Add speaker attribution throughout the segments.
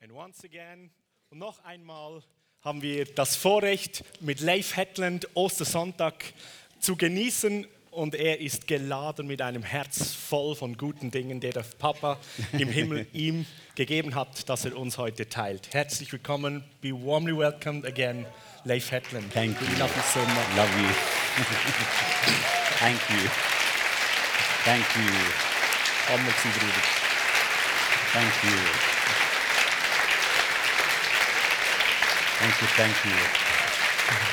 Speaker 1: And once again, und noch einmal haben wir das Vorrecht, mit Leif Hetland Ostersonntag zu genießen. Und er ist geladen mit einem Herz voll von guten Dingen, die der Papa im Himmel ihm gegeben hat, dass er uns heute teilt. Herzlich willkommen, be warmly welcomed again, Leif Hetland.
Speaker 2: Thank you. Love you so much. Love you. Thank you. Thank you.
Speaker 1: Willkommen, Bruder.
Speaker 2: Thank you. Thank you. Thank you.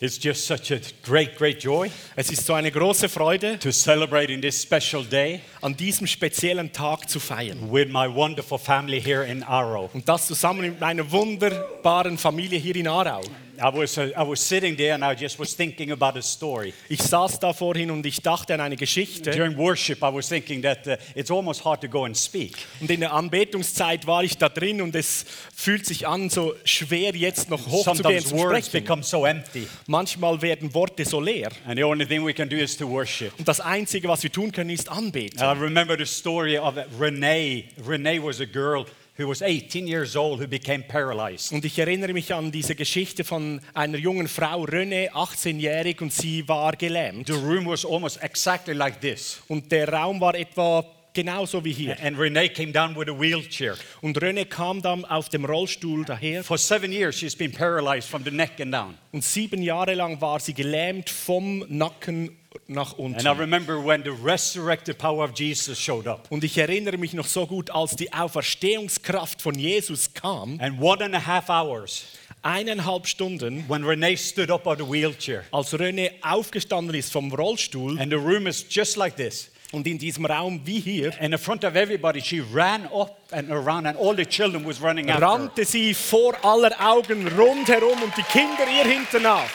Speaker 3: It's just such a great, great joy
Speaker 1: Es ist so eine große Freude,
Speaker 3: to celebrate in this special day
Speaker 1: an diesem speziellen Tag zu feiern.
Speaker 3: with my wonderful family here in Aro.
Speaker 1: Und das zusammen mit meiner wunderbaren Familie hier in Aarau.
Speaker 3: I was, uh, I was sitting there and I just was thinking about a story.
Speaker 1: Ich saß da vorhin und ich dachte an eine Geschichte.
Speaker 3: During worship, I was thinking that uh, it's almost hard to go and speak.
Speaker 1: Und in der Anbetungszeit war ich da drin und es fühlt sich an, so schwer jetzt noch hochzugehen
Speaker 3: Sometimes
Speaker 1: zu
Speaker 3: words
Speaker 1: sprechen.
Speaker 3: become so empty,
Speaker 1: Manchmal werden Worte so leer.
Speaker 3: and the only thing we can do is to worship.
Speaker 1: Und das Einzige, was wir tun können, ist anbeten.
Speaker 3: I remember the story of uh, Renee. Renee was a girl who was 18 years old who became paralyzed.
Speaker 1: Und ich erinnere mich an diese Geschichte von einer jungen Frau, René, 18-jährig, und sie war gelähmt.
Speaker 3: The room was almost exactly like this,
Speaker 1: Und der Raum war etwa genauso wie hier.
Speaker 3: and Renee came down with a wheelchair.
Speaker 1: Und René kam dann auf dem Rollstuhl daher.
Speaker 3: For seven years, she's been paralyzed from the neck and down.
Speaker 1: Und sieben Jahre lang war sie gelähmt vom Nacken nach
Speaker 3: And I
Speaker 1: unten.
Speaker 3: remember when the resurrected power of Jesus showed up.
Speaker 1: Und ich erinnere mich noch so gut, als die Auferstehungskraft von Jesus kam,
Speaker 3: And one and a half hours,
Speaker 1: eineinhalb Stunden,
Speaker 3: when Renee stood up on the wheelchair,
Speaker 1: als René aufgestanden ist vom Rollstuhl
Speaker 3: and the room is just like this.
Speaker 1: und in diesem Raum wie hier,
Speaker 3: And in front of everybody, she ran up and around, and all the children was running after her.
Speaker 1: rannte sie vor aller Augen rundherum und die Kinder ihr hinternach.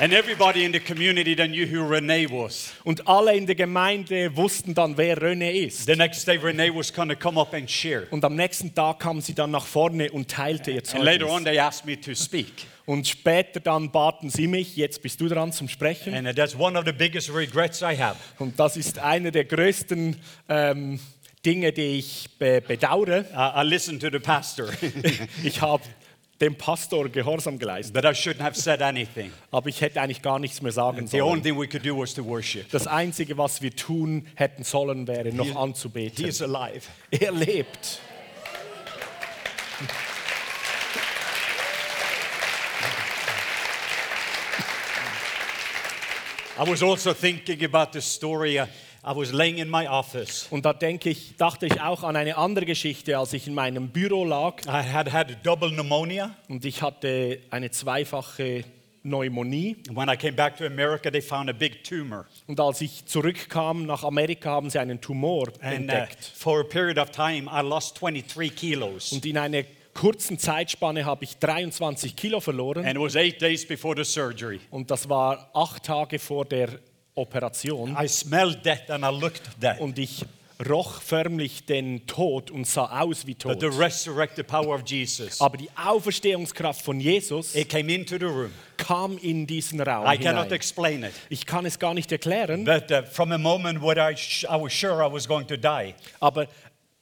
Speaker 3: And everybody in the community then knew who Renee was.
Speaker 1: Und alle in der Gemeinde wussten dann, wer René ist.
Speaker 3: The next day, Renee was going to come up and share.
Speaker 1: Und am nächsten Tag kam sie dann nach vorne und teilte ihr
Speaker 3: And later
Speaker 1: Zeugnis.
Speaker 3: on, they asked me to speak.
Speaker 1: Und später dann baten sie mich, jetzt bist du dran zum Sprechen.
Speaker 3: And that's one of the biggest regrets I have.
Speaker 1: Und das ist eine der größten ähm, Dinge, die ich be bedauere.
Speaker 3: I I listened to the pastor,
Speaker 1: Ich habe dem Pastor Gehorsam geleistet,
Speaker 3: but I shouldn't have said anything.
Speaker 1: aber ich hätte eigentlich gar nichts mehr sagen
Speaker 3: The only
Speaker 1: sollen.
Speaker 3: thing we could do was to worship.
Speaker 1: Das Einzige, was wir tun hätten sollen, wäre noch
Speaker 3: He
Speaker 1: anzubeten.
Speaker 3: is alive.
Speaker 1: Er lebt.
Speaker 3: I was also thinking about the story. uh, I was laying in my office.
Speaker 1: Und da denke ich, dachte ich auch an eine andere Geschichte, als ich in meinem Büro lag
Speaker 3: I had had double pneumonia.
Speaker 1: und ich hatte eine zweifache Pneumonie.
Speaker 3: When I came back to America, they found a big tumor.
Speaker 1: Und als ich zurückkam nach Amerika, haben sie einen Tumor
Speaker 3: And uh,
Speaker 1: entdeckt.
Speaker 3: for a period of time, I lost 23 kilos.
Speaker 1: Und in einer kurzen Zeitspanne habe ich 23 Kilo verloren.
Speaker 3: And it was eight days before the surgery.
Speaker 1: Und das war acht Tage vor der Operation.
Speaker 3: I smelled death and I looked at death.
Speaker 1: Und ich roch förmlich den Tod und sah aus wie
Speaker 3: But the
Speaker 1: tot.
Speaker 3: resurrected power of Jesus,
Speaker 1: Aber die Auferstehungskraft von Jesus
Speaker 3: it came into the room.
Speaker 1: kam in diesen Raum
Speaker 3: I cannot
Speaker 1: hinein.
Speaker 3: explain it.
Speaker 1: Ich kann es gar nicht erklären,
Speaker 3: But uh, from a moment where I, sh- I was sure I was going to die,
Speaker 1: aber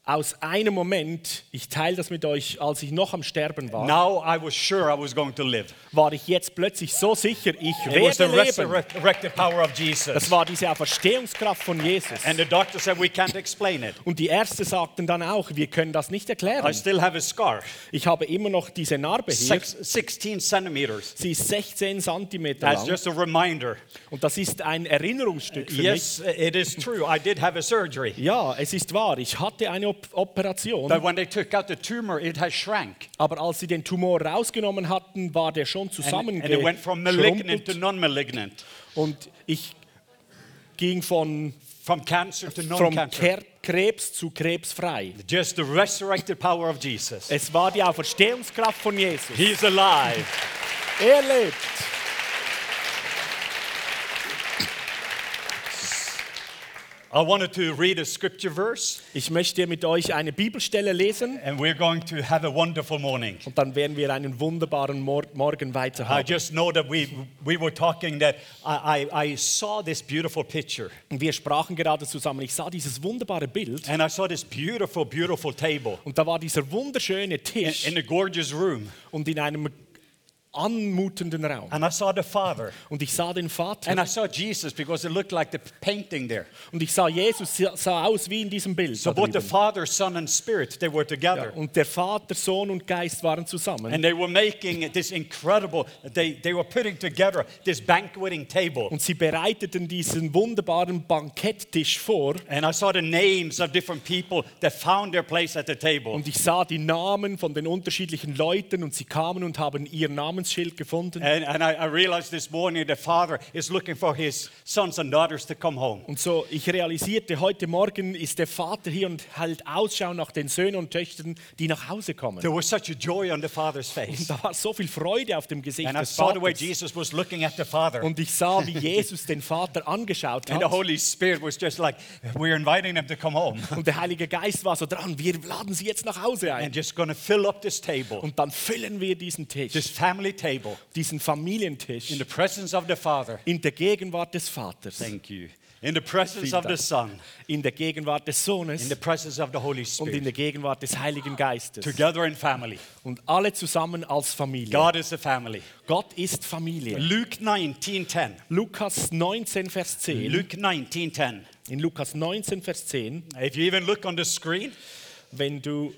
Speaker 1: aus einem Moment, ich teile das mit euch, als ich noch am Sterben war,
Speaker 3: now I was sure I was going to live.
Speaker 1: war ich jetzt plötzlich so sicher, ich
Speaker 3: It was the
Speaker 1: werde leben.
Speaker 3: resurrected power of
Speaker 1: Das
Speaker 3: Jesus.
Speaker 1: war diese Auferstehungskraft von Jesus.
Speaker 3: And the doctor said, We can't explain it.
Speaker 1: Und die Ärzte sagten dann auch, wir können das nicht
Speaker 3: I
Speaker 1: erklären.
Speaker 3: still have a scar,
Speaker 1: Ich habe immer noch diese Narbe hier.
Speaker 3: six, 16 centimeters.
Speaker 1: Sie ist 16 Zentimeter
Speaker 3: That's
Speaker 1: lang.
Speaker 3: Also, just a reminder.
Speaker 1: Und das ist ein Erinnerungsstück für mich.
Speaker 3: Yes, it is true. I did have a surgery.
Speaker 1: Ja, es ist wahr, ich hatte eine Op
Speaker 3: But
Speaker 1: Operation,
Speaker 3: when they took out the tumor, it has shrank.
Speaker 1: aber als sie den Tumor rausgenommen hatten, war der schon
Speaker 3: And, and it went from malignant to
Speaker 1: zusammengeschrumpelt
Speaker 3: non malignant,
Speaker 1: und ich ging von
Speaker 3: from cancer to non
Speaker 1: vom
Speaker 3: cancer.
Speaker 1: Ker Krebs zu krebsfrei.
Speaker 3: Just the resurrected power of Jesus.
Speaker 1: Es war die Auferstehungskraft von Jesus.
Speaker 3: He's alive.
Speaker 1: Er lebt.
Speaker 3: I wanted to read a scripture verse,
Speaker 1: Ich möchte mit euch eine Bibelstelle lesen
Speaker 3: and we're going to have a wonderful morning.
Speaker 1: und dann werden wir einen wunderbaren Mor Morgen weiter
Speaker 3: I
Speaker 1: haben.
Speaker 3: just know that we, we were talking that I, I, I saw this beautiful picture,
Speaker 1: Und wir sprachen gerade zusammen. Ich sah dieses wunderbare Bild
Speaker 3: and I saw this beautiful, beautiful table
Speaker 1: und da war dieser wunderschöne
Speaker 3: in,
Speaker 1: Tisch
Speaker 3: in a gorgeous room,
Speaker 1: und in einem anmutenden Raum.
Speaker 3: and I saw the Father,
Speaker 1: Und ich sah den
Speaker 3: and I
Speaker 1: Vater
Speaker 3: saw Jesus because it looked like the painting there.
Speaker 1: und ich sah Jesus, sah- sah aus wie in diesem Bild.
Speaker 3: So
Speaker 1: da
Speaker 3: both the
Speaker 1: drüben.
Speaker 3: Father, Son, and Spirit, they were together.
Speaker 1: Und der Vater, Sohn und Geist waren zusammen.
Speaker 3: And they were making this incredible, they, they were putting together this banqueting table.
Speaker 1: Und sie bereiteten diesen wunderbaren Banketttisch vor.
Speaker 3: And I saw the names of different people that found their place at the table.
Speaker 1: Und ich sah die Namen von den unterschiedlichen Leuten und sie kamen und haben ihr Namensschild gefunden.
Speaker 3: And, and I, I realized this morning the father is looking for his sons and daughters to come home.
Speaker 1: Und so, ich realisierte, heute Morgen ist der Vater hier und hält Ausschau nach den Söhnen und Töchtern, die nach Hause kommen.
Speaker 3: There was such a joy on the father's
Speaker 1: Und
Speaker 3: face.
Speaker 1: da war so viel Freude auf dem Gesicht
Speaker 3: And I
Speaker 1: des
Speaker 3: saw the way
Speaker 1: Vaters.
Speaker 3: Jesus was looking at the father.
Speaker 1: Und ich sah, wie Jesus den Vater angeschaut
Speaker 3: And the
Speaker 1: hat.
Speaker 3: Holy Spirit was just like, we're inviting them to come home.
Speaker 1: Und der Heilige Geist war so dran, wir laden sie jetzt nach Hause
Speaker 3: And
Speaker 1: ein.
Speaker 3: just going to fill up this table,
Speaker 1: Und dann füllen wir diesen
Speaker 3: this
Speaker 1: Tisch,
Speaker 3: family table,
Speaker 1: diesen
Speaker 3: in
Speaker 1: Familientisch,
Speaker 3: the presence of the father.
Speaker 1: in der Gegenwart des Vaters,
Speaker 3: Thank you. In the presence
Speaker 1: Vielen
Speaker 3: of the
Speaker 1: Dank.
Speaker 3: Son,
Speaker 1: in der Gegenwart des
Speaker 3: in
Speaker 1: Sohnes
Speaker 3: the presence of the Holy
Speaker 1: und in
Speaker 3: Spirit,
Speaker 1: der Gegenwart des Heiligen Geistes.
Speaker 3: together in family.
Speaker 1: Und alle zusammen als Familie.
Speaker 3: God is a family.
Speaker 1: Gott ist Familie.
Speaker 3: Luke 19:10.
Speaker 1: Lukas 19, Vers 10.
Speaker 3: Luke 19:10.
Speaker 1: In Lukas 19, Vers 10,
Speaker 3: If you even look on the screen,
Speaker 1: wenn du,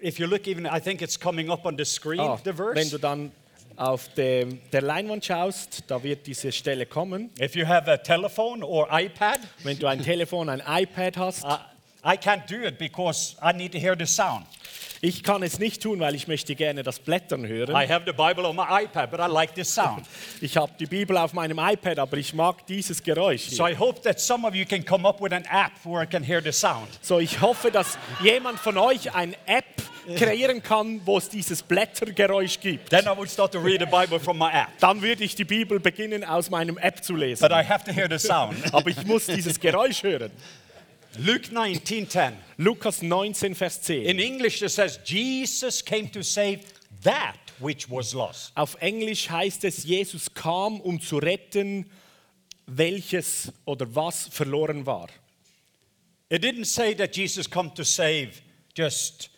Speaker 3: if you look even, I think it's coming up on the screen,
Speaker 1: ah,
Speaker 3: the
Speaker 1: wenn
Speaker 3: verse.
Speaker 1: du dann auf dem, der Leinwand schaust, da wird diese Stelle kommen.
Speaker 3: If you have a telephone or iPad,
Speaker 1: Wenn du ein Telefon, ein iPad hast.
Speaker 3: I, I can't do it because I need to hear the sound.
Speaker 1: Ich kann es nicht tun, weil ich möchte gerne das Blättern hören.
Speaker 3: I have the Bible on my iPad, but I like this sound.
Speaker 1: Ich habe die Bibel auf meinem iPad, aber ich mag dieses Geräusch.
Speaker 3: So
Speaker 1: Hier.
Speaker 3: I hope that some of you can come up with an app where I can hear the sound.
Speaker 1: So, ich hoffe, dass jemand von euch eine App kreieren kann, wo es dieses Blättergeräusch gibt.
Speaker 3: Then I would start to read the Bible from my app.
Speaker 1: Dann würde ich die Bibel beginnen, aus meinem App zu lesen.
Speaker 3: But I have to hear the sound.
Speaker 1: Aber ich muss dieses Geräusch hören.
Speaker 3: Luke 19:10.
Speaker 1: Lukas 19, Vers 10.
Speaker 3: In English it says Jesus came to save that which was lost.
Speaker 1: Auf Englisch heißt es, Jesus kam, um zu retten, welches oder was verloren war.
Speaker 3: It didn't say that Jesus come to save just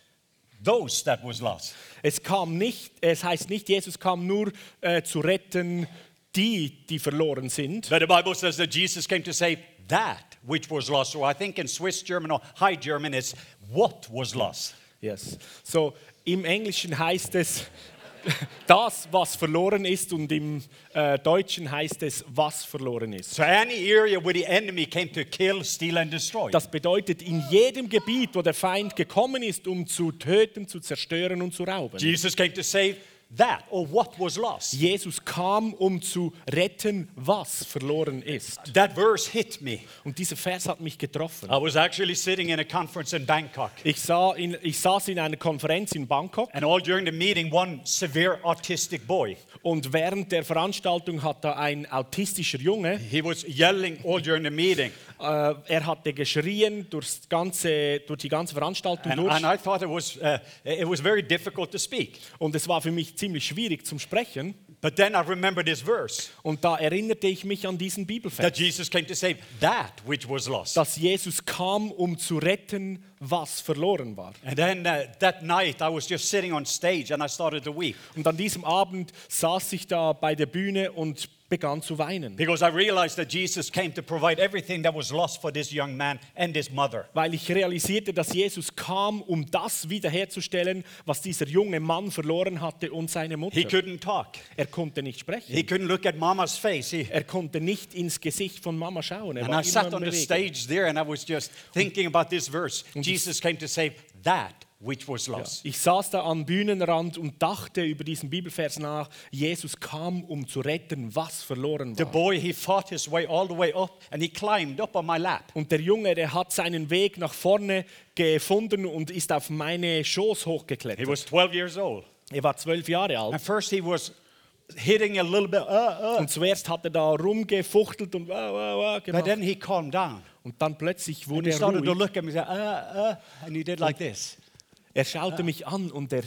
Speaker 3: those that was lost.
Speaker 1: Es kam nicht, es heißt nicht, Jesus kam nur äh, zu retten die, die verloren sind.
Speaker 3: But the Bible says that Jesus came to save that which was lost. So I think in Swiss German or High German it's what was lost.
Speaker 1: Yes. So im Englischen heißt es das, was verloren ist, und im äh, Deutschen heißt es, was verloren ist.
Speaker 3: So any area where the enemy came to kill, steal and destroy.
Speaker 1: Das bedeutet, in jedem Gebiet, wo der Feind gekommen ist, um zu töten, zu zerstören und zu rauben.
Speaker 3: Jesus came to save that or what was lost.
Speaker 1: Jesus kam, um zu retten, was verloren ist.
Speaker 3: That verse hit me.
Speaker 1: Und dieser Vers hat mich getroffen.
Speaker 3: I was actually sitting in a conference in Bangkok.
Speaker 1: Ich, sah in, ich saß in einer Konferenz in Bangkok
Speaker 3: And all during the meeting, one severe autistic boy,
Speaker 1: und während der Veranstaltung hat da ein autistischer Junge,
Speaker 3: he was yelling all during the meeting.
Speaker 1: äh, er hatte geschrien durchs ganze, durch die ganze Veranstaltung
Speaker 3: And,
Speaker 1: durch
Speaker 3: and I thought it was, uh, it was very difficult to speak.
Speaker 1: und es war für mich ziemlich schwierig zum Sprechen.
Speaker 3: But then I remembered this verse
Speaker 1: Und da erinnerte ich mich an diesen
Speaker 3: that
Speaker 1: Bibelvers,
Speaker 3: Jesus came to save that which was lost.
Speaker 1: dass Jesus kam, um zu retten, was verloren war.
Speaker 3: And then uh, that night, I was just sitting on stage and I started to weep
Speaker 1: Und an diesem Abend saß ich da bei der Bühne und begann zu weinen.
Speaker 3: because I realized that Jesus came to provide everything that was lost for this young man and his mother.
Speaker 1: weil ich realisierte, dass Jesus kam, um das wiederherzustellen, was dieser junge Mann verloren hatte und seine
Speaker 3: He
Speaker 1: Mutter.
Speaker 3: couldn't talk,
Speaker 1: Er konnte nicht
Speaker 3: he
Speaker 1: sprechen.
Speaker 3: couldn't look at mama's face. He,
Speaker 1: Er konnte nicht ins Gesicht von Mama schauen. Er
Speaker 3: And I
Speaker 1: war
Speaker 3: sat
Speaker 1: immer
Speaker 3: on
Speaker 1: am
Speaker 3: the
Speaker 1: Bewegen.
Speaker 3: stage there and I was just thinking about this verse. Jesus came to save that which was lost.
Speaker 1: Ich saß da am Bühnenrand und dachte über diesen Bibelvers nach. Jesus kam, um zu retten, was verloren
Speaker 3: The
Speaker 1: war.
Speaker 3: boy, he fought his way all the way up and he climbed up on my lap.
Speaker 1: Und der Junge, der hat seinen Weg nach vorne gefunden und ist auf meine Schoß
Speaker 3: He
Speaker 1: hochgeklettert.
Speaker 3: was 12 years old.
Speaker 1: Er war zwölf Jahre alt.
Speaker 3: And first he was hitting a little bit, uh, uh,
Speaker 1: Und zuerst hat er da rumgefuchtelt und wow, wow, wow
Speaker 3: but
Speaker 1: gemacht.
Speaker 3: then he calmed down.
Speaker 1: Und dann plötzlich
Speaker 3: And
Speaker 1: wurde
Speaker 3: he
Speaker 1: er
Speaker 3: started to
Speaker 1: ruhig.
Speaker 3: look at me and said, uh, uh, and he did like this.
Speaker 1: Er
Speaker 3: Ah.
Speaker 1: schaute mich an und er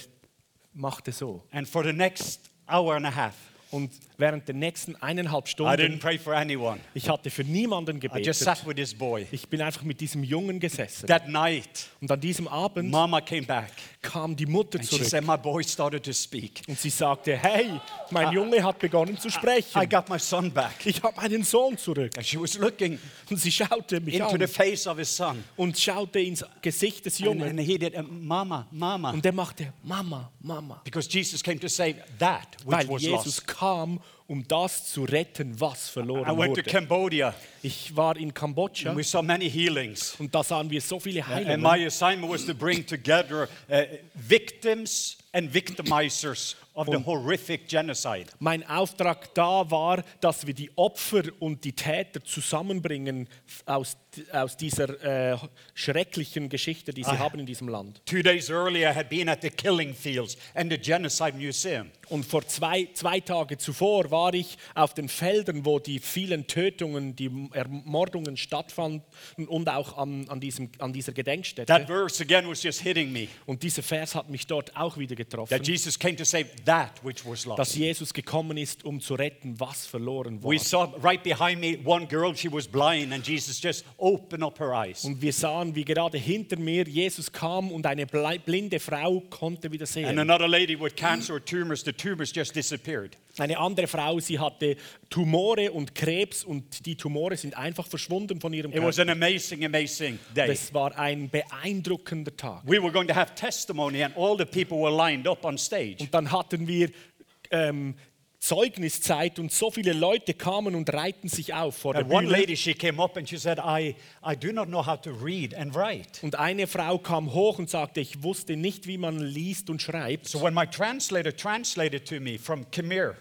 Speaker 1: machte so.
Speaker 3: And for the next hour and a half,
Speaker 1: Und während der nächsten eineinhalb
Speaker 3: I didn't
Speaker 1: Stunden,
Speaker 3: pray for anyone.
Speaker 1: ich hatte für niemanden
Speaker 3: I just
Speaker 1: gebetet.
Speaker 3: sat with this boy.
Speaker 1: Ich bin einfach mit diesem Jungen gesessen.
Speaker 3: That night,
Speaker 1: Und an diesem Abend
Speaker 3: Mama came back
Speaker 1: kam die Mutter
Speaker 3: and she
Speaker 1: zurück
Speaker 3: said, My boy started to speak.
Speaker 1: und sie sagte, hey, mein Junge hat begonnen zu
Speaker 3: Ah. I
Speaker 1: sprechen.
Speaker 3: got my son back.
Speaker 1: Ich habe meinen Sohn zurück.
Speaker 3: And she was looking
Speaker 1: Und sie schaute mich
Speaker 3: into the
Speaker 1: an
Speaker 3: face of his son.
Speaker 1: und schaute ins Gesicht des
Speaker 3: And,
Speaker 1: Jungen.
Speaker 3: and he did, uh, Mama, Mama.
Speaker 1: Und er machte, Mama, Mama.
Speaker 3: Because Jesus came to save that which
Speaker 1: Weil
Speaker 3: was
Speaker 1: Jesus
Speaker 3: lost.
Speaker 1: kam, um das zu retten, was
Speaker 3: I
Speaker 1: verloren
Speaker 3: went to
Speaker 1: wurde.
Speaker 3: Cambodia
Speaker 1: Ich war in Kambodscha
Speaker 3: and we saw many healings.
Speaker 1: und da sahen wir so viele
Speaker 3: And
Speaker 1: Heilungen.
Speaker 3: my assignment was to bring together uh, victims and victimizers of the horrific genocide.
Speaker 1: Mein Auftrag da war, dass wir die Opfer und die Täter zusammenbringen aus, aus dieser äh, schrecklichen Geschichte, die sie
Speaker 3: Ah.
Speaker 1: haben in diesem Land.
Speaker 3: Two days earlier, I had been at the killing fields and the genocide museum.
Speaker 1: Und vor zwei, zwei Tagen zuvor war ich auf den Feldern, wo die vielen Tötungen, die Ermordungen stattfanden und auch an, an, diesem, an dieser
Speaker 3: That
Speaker 1: Gedenkstätte.
Speaker 3: verse again was just hitting me
Speaker 1: Und dieser Vers hat mich dort auch wieder
Speaker 3: that
Speaker 1: getroffen,
Speaker 3: Jesus came to save that which was
Speaker 1: dass
Speaker 3: lost.
Speaker 1: Jesus gekommen ist, um zu retten, was verloren war.
Speaker 3: We saw right behind me one girl, she was blind, and Jesus just opened up her eyes.
Speaker 1: Und wir sahen, wie gerade hinter mir Jesus kam und eine blei- blinde Frau konnte wieder
Speaker 3: And
Speaker 1: sehen.
Speaker 3: another lady with cancer or tumors, the tumors just disappeared.
Speaker 1: Eine andere Frau, sie hatte Tumore und Krebs und die Tumore sind einfach verschwunden von ihrem
Speaker 3: It was
Speaker 1: Körper.
Speaker 3: an amazing, amazing day.
Speaker 1: Es war ein beeindruckender Tag.
Speaker 3: We were going to have testimony, and all the people were lined up on stage.
Speaker 1: Und dann hatten wir ähm, Zeugniszeit und so viele Leute kamen und reihten sich auf vor der
Speaker 3: And one
Speaker 1: Bühne.
Speaker 3: lady, she came up and she said, I, I do not know how to read and write.
Speaker 1: Und eine Frau kam hoch und sagte, ich wusste nicht, wie man liest und schreibt.
Speaker 3: So when my translator translated to me from Khmer,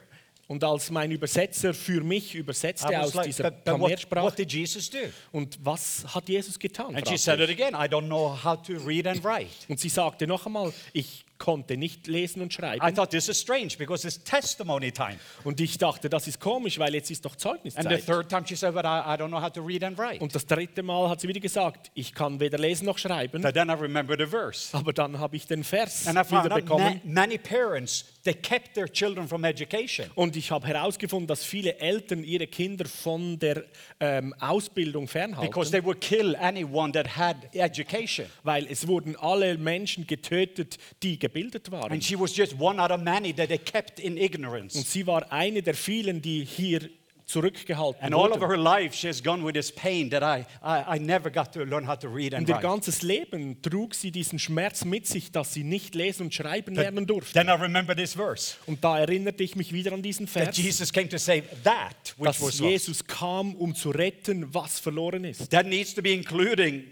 Speaker 1: Und als mein Übersetzer für mich übersetzte
Speaker 3: I
Speaker 1: aus
Speaker 3: was like,
Speaker 1: dieser
Speaker 3: but, but what, what
Speaker 1: Khmer-Sprache,
Speaker 3: did Jesus do?
Speaker 1: Und was hat Jesus getan?
Speaker 3: And
Speaker 1: fragte
Speaker 3: she said
Speaker 1: ich.
Speaker 3: it again, I don't know how to read and write.
Speaker 1: Und sie sagte noch einmal, ich konnte nicht lesen und
Speaker 3: I
Speaker 1: schreiben.
Speaker 3: thought this is strange because it's testimony time.
Speaker 1: Und ich dachte, das ist komisch, weil jetzt ist doch
Speaker 3: And the
Speaker 1: Zeugniszeit.
Speaker 3: third time she said, but I, I don't know how to read and write.
Speaker 1: Und das dritte Mal hat sie wieder gesagt, ich kann weder lesen noch schreiben.
Speaker 3: But then I remembered the verse.
Speaker 1: Aber dann habe ich den Vers
Speaker 3: And I
Speaker 1: wieder
Speaker 3: found out ma-
Speaker 1: bekommen.
Speaker 3: many parents, they kept their children from education.
Speaker 1: Und ich habe herausgefunden, dass viele Eltern ihre Kinder von der ähm, Ausbildung
Speaker 3: Because
Speaker 1: fernhalten,
Speaker 3: they would kill anyone that had education.
Speaker 1: weil es wurden alle Menschen getötet, die gebildet waren.
Speaker 3: And she was just one out of many that they kept in
Speaker 1: Und
Speaker 3: ignorance.
Speaker 1: sie war eine der vielen, die hier zurückgehalten
Speaker 3: And all
Speaker 1: wurden.
Speaker 3: of her life, she has gone with this pain that I, I, I never got to learn how to read and
Speaker 1: Und ihr
Speaker 3: write.
Speaker 1: ganzes Leben trug sie diesen Schmerz mit sich, dass sie nicht lesen und schreiben lernen durfte.
Speaker 3: Then I remember this verse
Speaker 1: Und da erinnerte ich mich wieder an diesen
Speaker 3: that
Speaker 1: Vers,
Speaker 3: Jesus came to save that which
Speaker 1: dass
Speaker 3: was lost.
Speaker 1: Jesus kam, um zu retten, was verloren ist.
Speaker 3: That needs to be including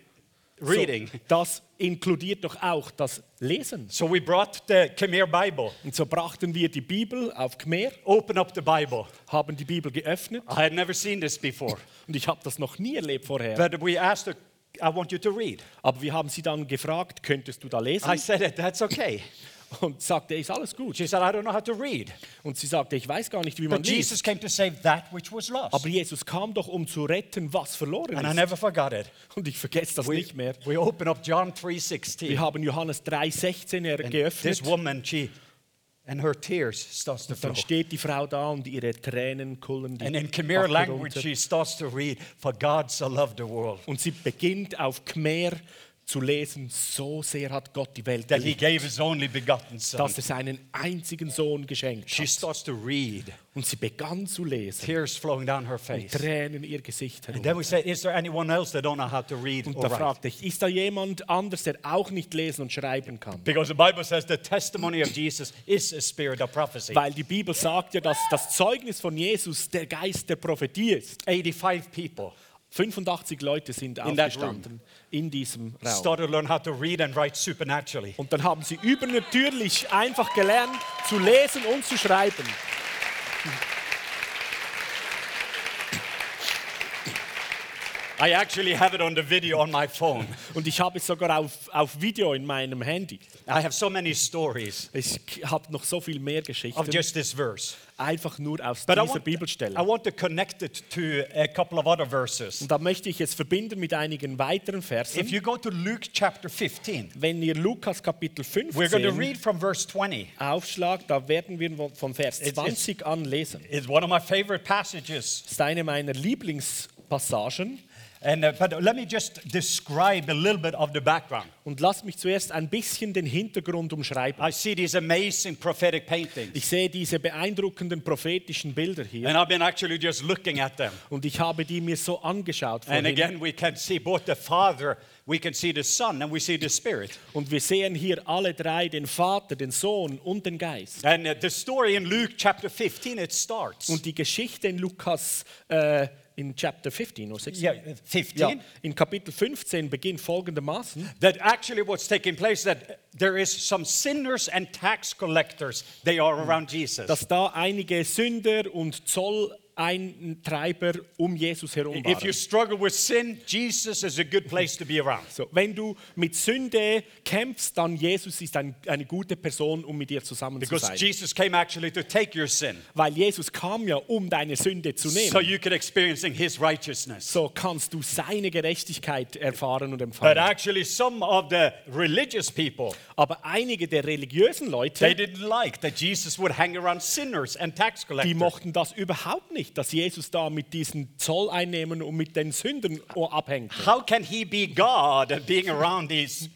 Speaker 3: reading.
Speaker 1: So, das inkludiert doch auch das Lesen.
Speaker 3: So we brought the Khmer Bible,
Speaker 1: Und so brachten wir die Bibel auf Khmer,
Speaker 3: open up the Bible.
Speaker 1: haben die Bibel geöffnet
Speaker 3: I had never seen this before,
Speaker 1: und ich habe das noch nie erlebt vorher.
Speaker 3: but we asked her, I want you to read.
Speaker 1: Aber wir haben sie dann gefragt, könntest du da
Speaker 3: I
Speaker 1: lesen?
Speaker 3: said, "Eh, That's okay.
Speaker 1: Und sagte, ist alles gut.
Speaker 3: She said, I don't know how to read.
Speaker 1: Und sie sagte, ich weiß gar nicht, wie man
Speaker 3: But
Speaker 1: liest.
Speaker 3: Jesus came to save that which was lost.
Speaker 1: Aber Jesus kam doch, um zu retten, was verloren
Speaker 3: And I
Speaker 1: ist.
Speaker 3: never forgot it.
Speaker 1: Und ich vergesse das
Speaker 3: We,
Speaker 1: nicht mehr.
Speaker 3: we open up John
Speaker 1: Wir
Speaker 3: 3:16.
Speaker 1: haben Johannes 3,16 er-
Speaker 3: And
Speaker 1: geöffnet.
Speaker 3: This woman, she, and her tears starts to flow.
Speaker 1: Dann steht die Frau da und ihre Tränen kullern die
Speaker 3: And in
Speaker 1: Backe
Speaker 3: Khmer language,
Speaker 1: runter.
Speaker 3: she starts to read, "For God so loved the world
Speaker 1: Und sie beginnt auf Khmer zu lesen, so sehr hat Gott die Welt
Speaker 3: that He
Speaker 1: geliebt,
Speaker 3: gave His only begotten Son."
Speaker 1: dass er seinen einzigen Sohn geschenkt
Speaker 3: She
Speaker 1: hat.
Speaker 3: starts to read,
Speaker 1: Und sie begann zu lesen,
Speaker 3: tears flowing down her face.
Speaker 1: Tränen ihr Gesicht
Speaker 3: And
Speaker 1: herum.
Speaker 3: then we say, "Is there anyone else that don't know how to read
Speaker 1: Und
Speaker 3: or
Speaker 1: da
Speaker 3: write?"
Speaker 1: fragte ich, ist da jemand anders, der auch nicht lesen und schreiben kann?
Speaker 3: Because the Bible says the testimony of Jesus is a spirit of prophecy.
Speaker 1: Weil die Bibel sagt ja, dass das Zeugnis von Jesus der Geist der Prophetie ist.
Speaker 3: 85 people
Speaker 1: 85 Leute sind
Speaker 3: In that
Speaker 1: aufgestanden in diesem Raum.
Speaker 3: started to learn how to read and write supernaturally.
Speaker 1: Und dann haben sie übernatürlich einfach gelernt zu lesen und zu schreiben.
Speaker 3: I actually have it on the video on my phone.
Speaker 1: Und ich habe es sogar auf, auf Video in meinem Handy.
Speaker 3: I have so many stories
Speaker 1: Ich habe noch so viel mehr
Speaker 3: of
Speaker 1: Geschichten,
Speaker 3: just this verse.
Speaker 1: einfach nur aus
Speaker 3: But I
Speaker 1: dieser
Speaker 3: want, I
Speaker 1: Bibelstelle.
Speaker 3: want to connect it to a couple of other verses.
Speaker 1: Und da möchte ich es verbinden mit einigen weiteren
Speaker 3: If
Speaker 1: Versen.
Speaker 3: you go to Luke chapter 15,
Speaker 1: Wenn ihr Lukas Kapitel
Speaker 3: we're going to
Speaker 1: 15
Speaker 3: read from verse 20.
Speaker 1: aufschlagt, da werden wir von Vers
Speaker 3: It's- it's-
Speaker 1: 20 an lesen.
Speaker 3: It's one of my favorite passages.
Speaker 1: Das ist eine meiner Lieblingspassagen.
Speaker 3: And, uh, but let me just describe a little bit of the background.
Speaker 1: Und lasst mich zuerst ein bisschen den Hintergrund umschreiben. Also
Speaker 3: I see these amazing prophetic paintings.
Speaker 1: Ich sehe diese beeindruckenden prophetischen Bilder hier
Speaker 3: And I've been actually just looking at them.
Speaker 1: und ich habe die mir so angeschaut vorhin.
Speaker 3: And again, we can see both the Father, we can see the Son, and we see the Spirit.
Speaker 1: Und wir sehen hier alle drei, den Vater, den Sohn und den Geist.
Speaker 3: And uh, the story in Luke chapter 15, it starts.
Speaker 1: Und die Geschichte in Lukas äh, in Chapter 15 oder 16.
Speaker 3: Yeah, 15.
Speaker 1: Ja, in Kapitel 15 beginnt folgendermaßen.
Speaker 3: That actually what's taking place, that there is some sinners and tax collectors, they are around Jesus.
Speaker 1: dass da einige Sünder und Zolleintreiber um Jesus herum
Speaker 3: If you
Speaker 1: waren.
Speaker 3: struggle with sin, Jesus is a good place to be around.
Speaker 1: So, wenn du mit Sünde kämpfst, dann Jesus ist ein, eine gute Person, um mit dir zusammen
Speaker 3: Because
Speaker 1: zu sein.
Speaker 3: Jesus came actually to take your sin.
Speaker 1: Weil Jesus kam ja, um deine Sünde zu nehmen.
Speaker 3: So you could experience his righteousness.
Speaker 1: so kannst du seine Gerechtigkeit erfahren und
Speaker 3: But
Speaker 1: empfangen.
Speaker 3: actually, some of the religious people,
Speaker 1: Aber einige der religiösen
Speaker 3: they
Speaker 1: Leute,
Speaker 3: didn't like that Jesus would hang around sinners and tax
Speaker 1: die
Speaker 3: collectors.
Speaker 1: mochten das überhaupt nicht, dass Jesus da mit diesen Zolleinnahmen und mit den Sündern abhängt.
Speaker 3: How can he be God and being around these,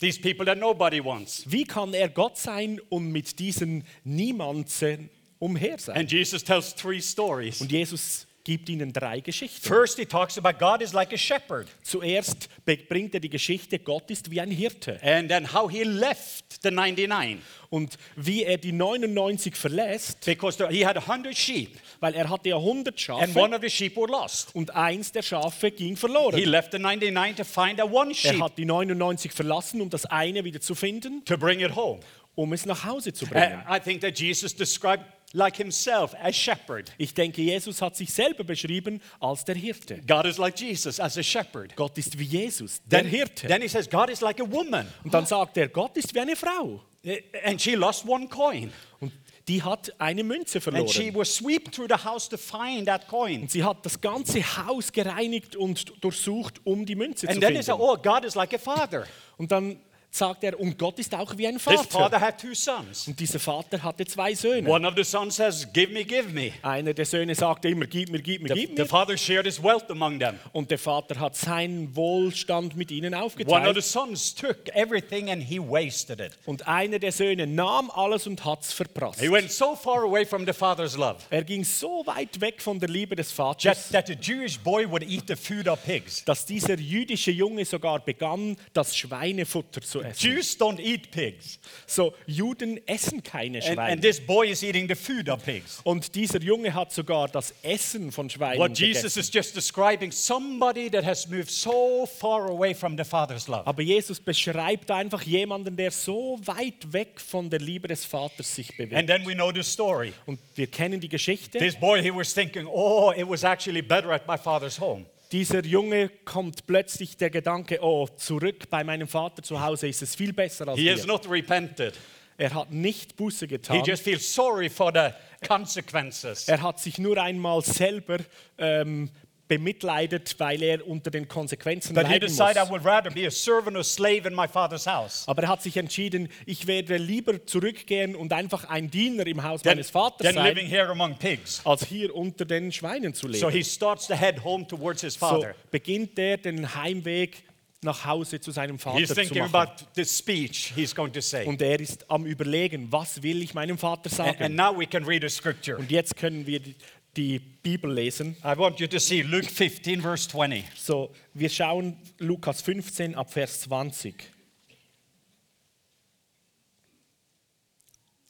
Speaker 3: these people that nobody wants?
Speaker 1: Wie kann er Gott sein und mit diesen Niemandsen umher sein?
Speaker 3: And Jesus tells three stories.
Speaker 1: Und Jesus gibt ihnen drei Geschichten.
Speaker 3: First, he talks about God is like a shepherd,
Speaker 1: Zuerst be- bringt er die Geschichte, Gott ist wie ein Hirte.
Speaker 3: and then how he left the 99
Speaker 1: Und wie er die 99 verlässt,
Speaker 3: because the- he had 100 sheep,
Speaker 1: weil er hatte ja 100
Speaker 3: and one
Speaker 1: Schafe
Speaker 3: of the sheep were lost.
Speaker 1: und eins der Schafe ging
Speaker 3: He
Speaker 1: verloren.
Speaker 3: left the 99 to find that one
Speaker 1: Er
Speaker 3: sheep
Speaker 1: hat die 99 verlassen, um das eine wieder zu finden,
Speaker 3: to bring it home.
Speaker 1: um es nach Hause zu
Speaker 3: And
Speaker 1: bringen.
Speaker 3: I think that Jesus described like himself as shepherd.
Speaker 1: Ich denke, Jesus hat sich selber beschrieben als der Hirte.
Speaker 3: God is like Jesus as a shepherd.
Speaker 1: Gott ist wie Jesus, der Hirte.
Speaker 3: Then he says God is like a woman,
Speaker 1: Und dann sagt er, Gott ist wie eine Frau.
Speaker 3: Eh, and she lost one coin,
Speaker 1: Und die hat eine Münze
Speaker 3: and she
Speaker 1: verloren.
Speaker 3: was swept through the house to find that coin.
Speaker 1: Und sie hat das ganze Haus gereinigt und durchsucht, um die Münze zu
Speaker 3: And then he said,
Speaker 1: finden.
Speaker 3: "Oh, God is like a father.
Speaker 1: Und dann sagt er, und Gott ist auch wie ein
Speaker 3: His father
Speaker 1: Vater.
Speaker 3: had two sons.
Speaker 1: Und dieser Vater hatte zwei Söhne.
Speaker 3: One of the sons says, "Give me, give me."
Speaker 1: Einer der Söhne sagte immer, gib mir, gib mir,
Speaker 3: The,
Speaker 1: gib
Speaker 3: the
Speaker 1: mir.
Speaker 3: father shared his wealth among them.
Speaker 1: Und der Vater hat seinen Wohlstand mit ihnen
Speaker 3: One of
Speaker 1: aufgeteilt.
Speaker 3: the sons took everything and he wasted it.
Speaker 1: Und einer der Söhne nahm alles und hat's verprasst.
Speaker 3: He went so far away from the father's love
Speaker 1: Er ging so weit weg von der Liebe des
Speaker 3: that,
Speaker 1: Vaters,
Speaker 3: that the Jewish boy would eat the food of pigs.
Speaker 1: dass dieser jüdische Junge sogar begann, das Schweinefutter zu essen.
Speaker 3: Jews don't eat pigs.
Speaker 1: So, Juden essen keine
Speaker 3: And, and
Speaker 1: Schweine.
Speaker 3: this boy is eating the food of pigs.
Speaker 1: Und dieser Junge hat sogar das Essen von Schweinen
Speaker 3: What
Speaker 1: gegessen.
Speaker 3: Jesus is just describing somebody that has moved so far away from the Father's love.
Speaker 1: Aber Jesus beschreibt einfach jemanden, der so weit weg von der Liebe des Vaters sich bewegt.
Speaker 3: And then we know the story.
Speaker 1: Und wir kennen die Geschichte.
Speaker 3: This boy, he was thinking, oh, it was actually better at my father's home.
Speaker 1: Dieser Junge kommt plötzlich der Gedanke, oh, zurück bei meinem Vater zu Hause ist es viel besser als
Speaker 3: He has
Speaker 1: hier.
Speaker 3: not repented.
Speaker 1: Er hat nicht Buße
Speaker 3: He
Speaker 1: getan.
Speaker 3: just feels sorry for the consequences.
Speaker 1: Er hat sich nur einmal selber ähm, bemitleidet, weil er unter den Konsequenzen
Speaker 3: But he
Speaker 1: leiden
Speaker 3: decided, I
Speaker 1: muss.
Speaker 3: would rather be a servant or slave in my father's house
Speaker 1: Aber er hat sich entschieden, ich werde lieber zurückgehen und einfach ein Diener im Haus
Speaker 3: than,
Speaker 1: meines Vaters
Speaker 3: than living
Speaker 1: sein,
Speaker 3: here among pigs.
Speaker 1: als hier unter den Schweinen zu leben.
Speaker 3: So he starts to head home towards his
Speaker 1: So
Speaker 3: father.
Speaker 1: beginnt er den Heimweg nach Hause zu seinem Vater
Speaker 3: He's
Speaker 1: zu
Speaker 3: thinking
Speaker 1: machen.
Speaker 3: about the speech he's going to say.
Speaker 1: Und er ist am Überlegen, was will ich meinem Vater
Speaker 3: And,
Speaker 1: sagen?
Speaker 3: and now we can read a scripture.
Speaker 1: Und jetzt können wir die- die Bibel lesen.
Speaker 3: I want you to see Luke 15, verse 20.
Speaker 1: So, wir schauen Lukas 15 ab Vers 20.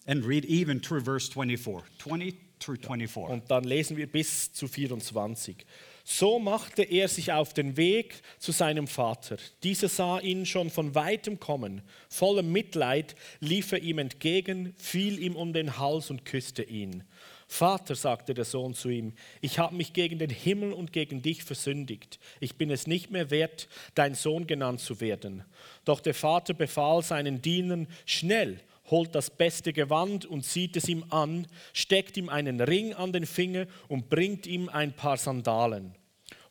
Speaker 3: And read even through verse 24. 20 through 24.
Speaker 1: Und dann lesen wir bis zu 24. So machte er sich auf den Weg zu seinem Vater. Dieser sah ihn schon von weitem kommen. Voller Mitleid lief er ihm entgegen, fiel ihm um den Hals und küsste ihn. Vater, sagte der Sohn zu ihm, ich habe mich gegen den Himmel und gegen dich versündigt. Ich bin es nicht mehr wert, dein Sohn genannt zu werden. Doch der Vater befahl seinen Dienern, schnell, holt das beste Gewand und zieht es ihm an, steckt ihm einen Ring an den Finger und bringt ihm ein paar Sandalen.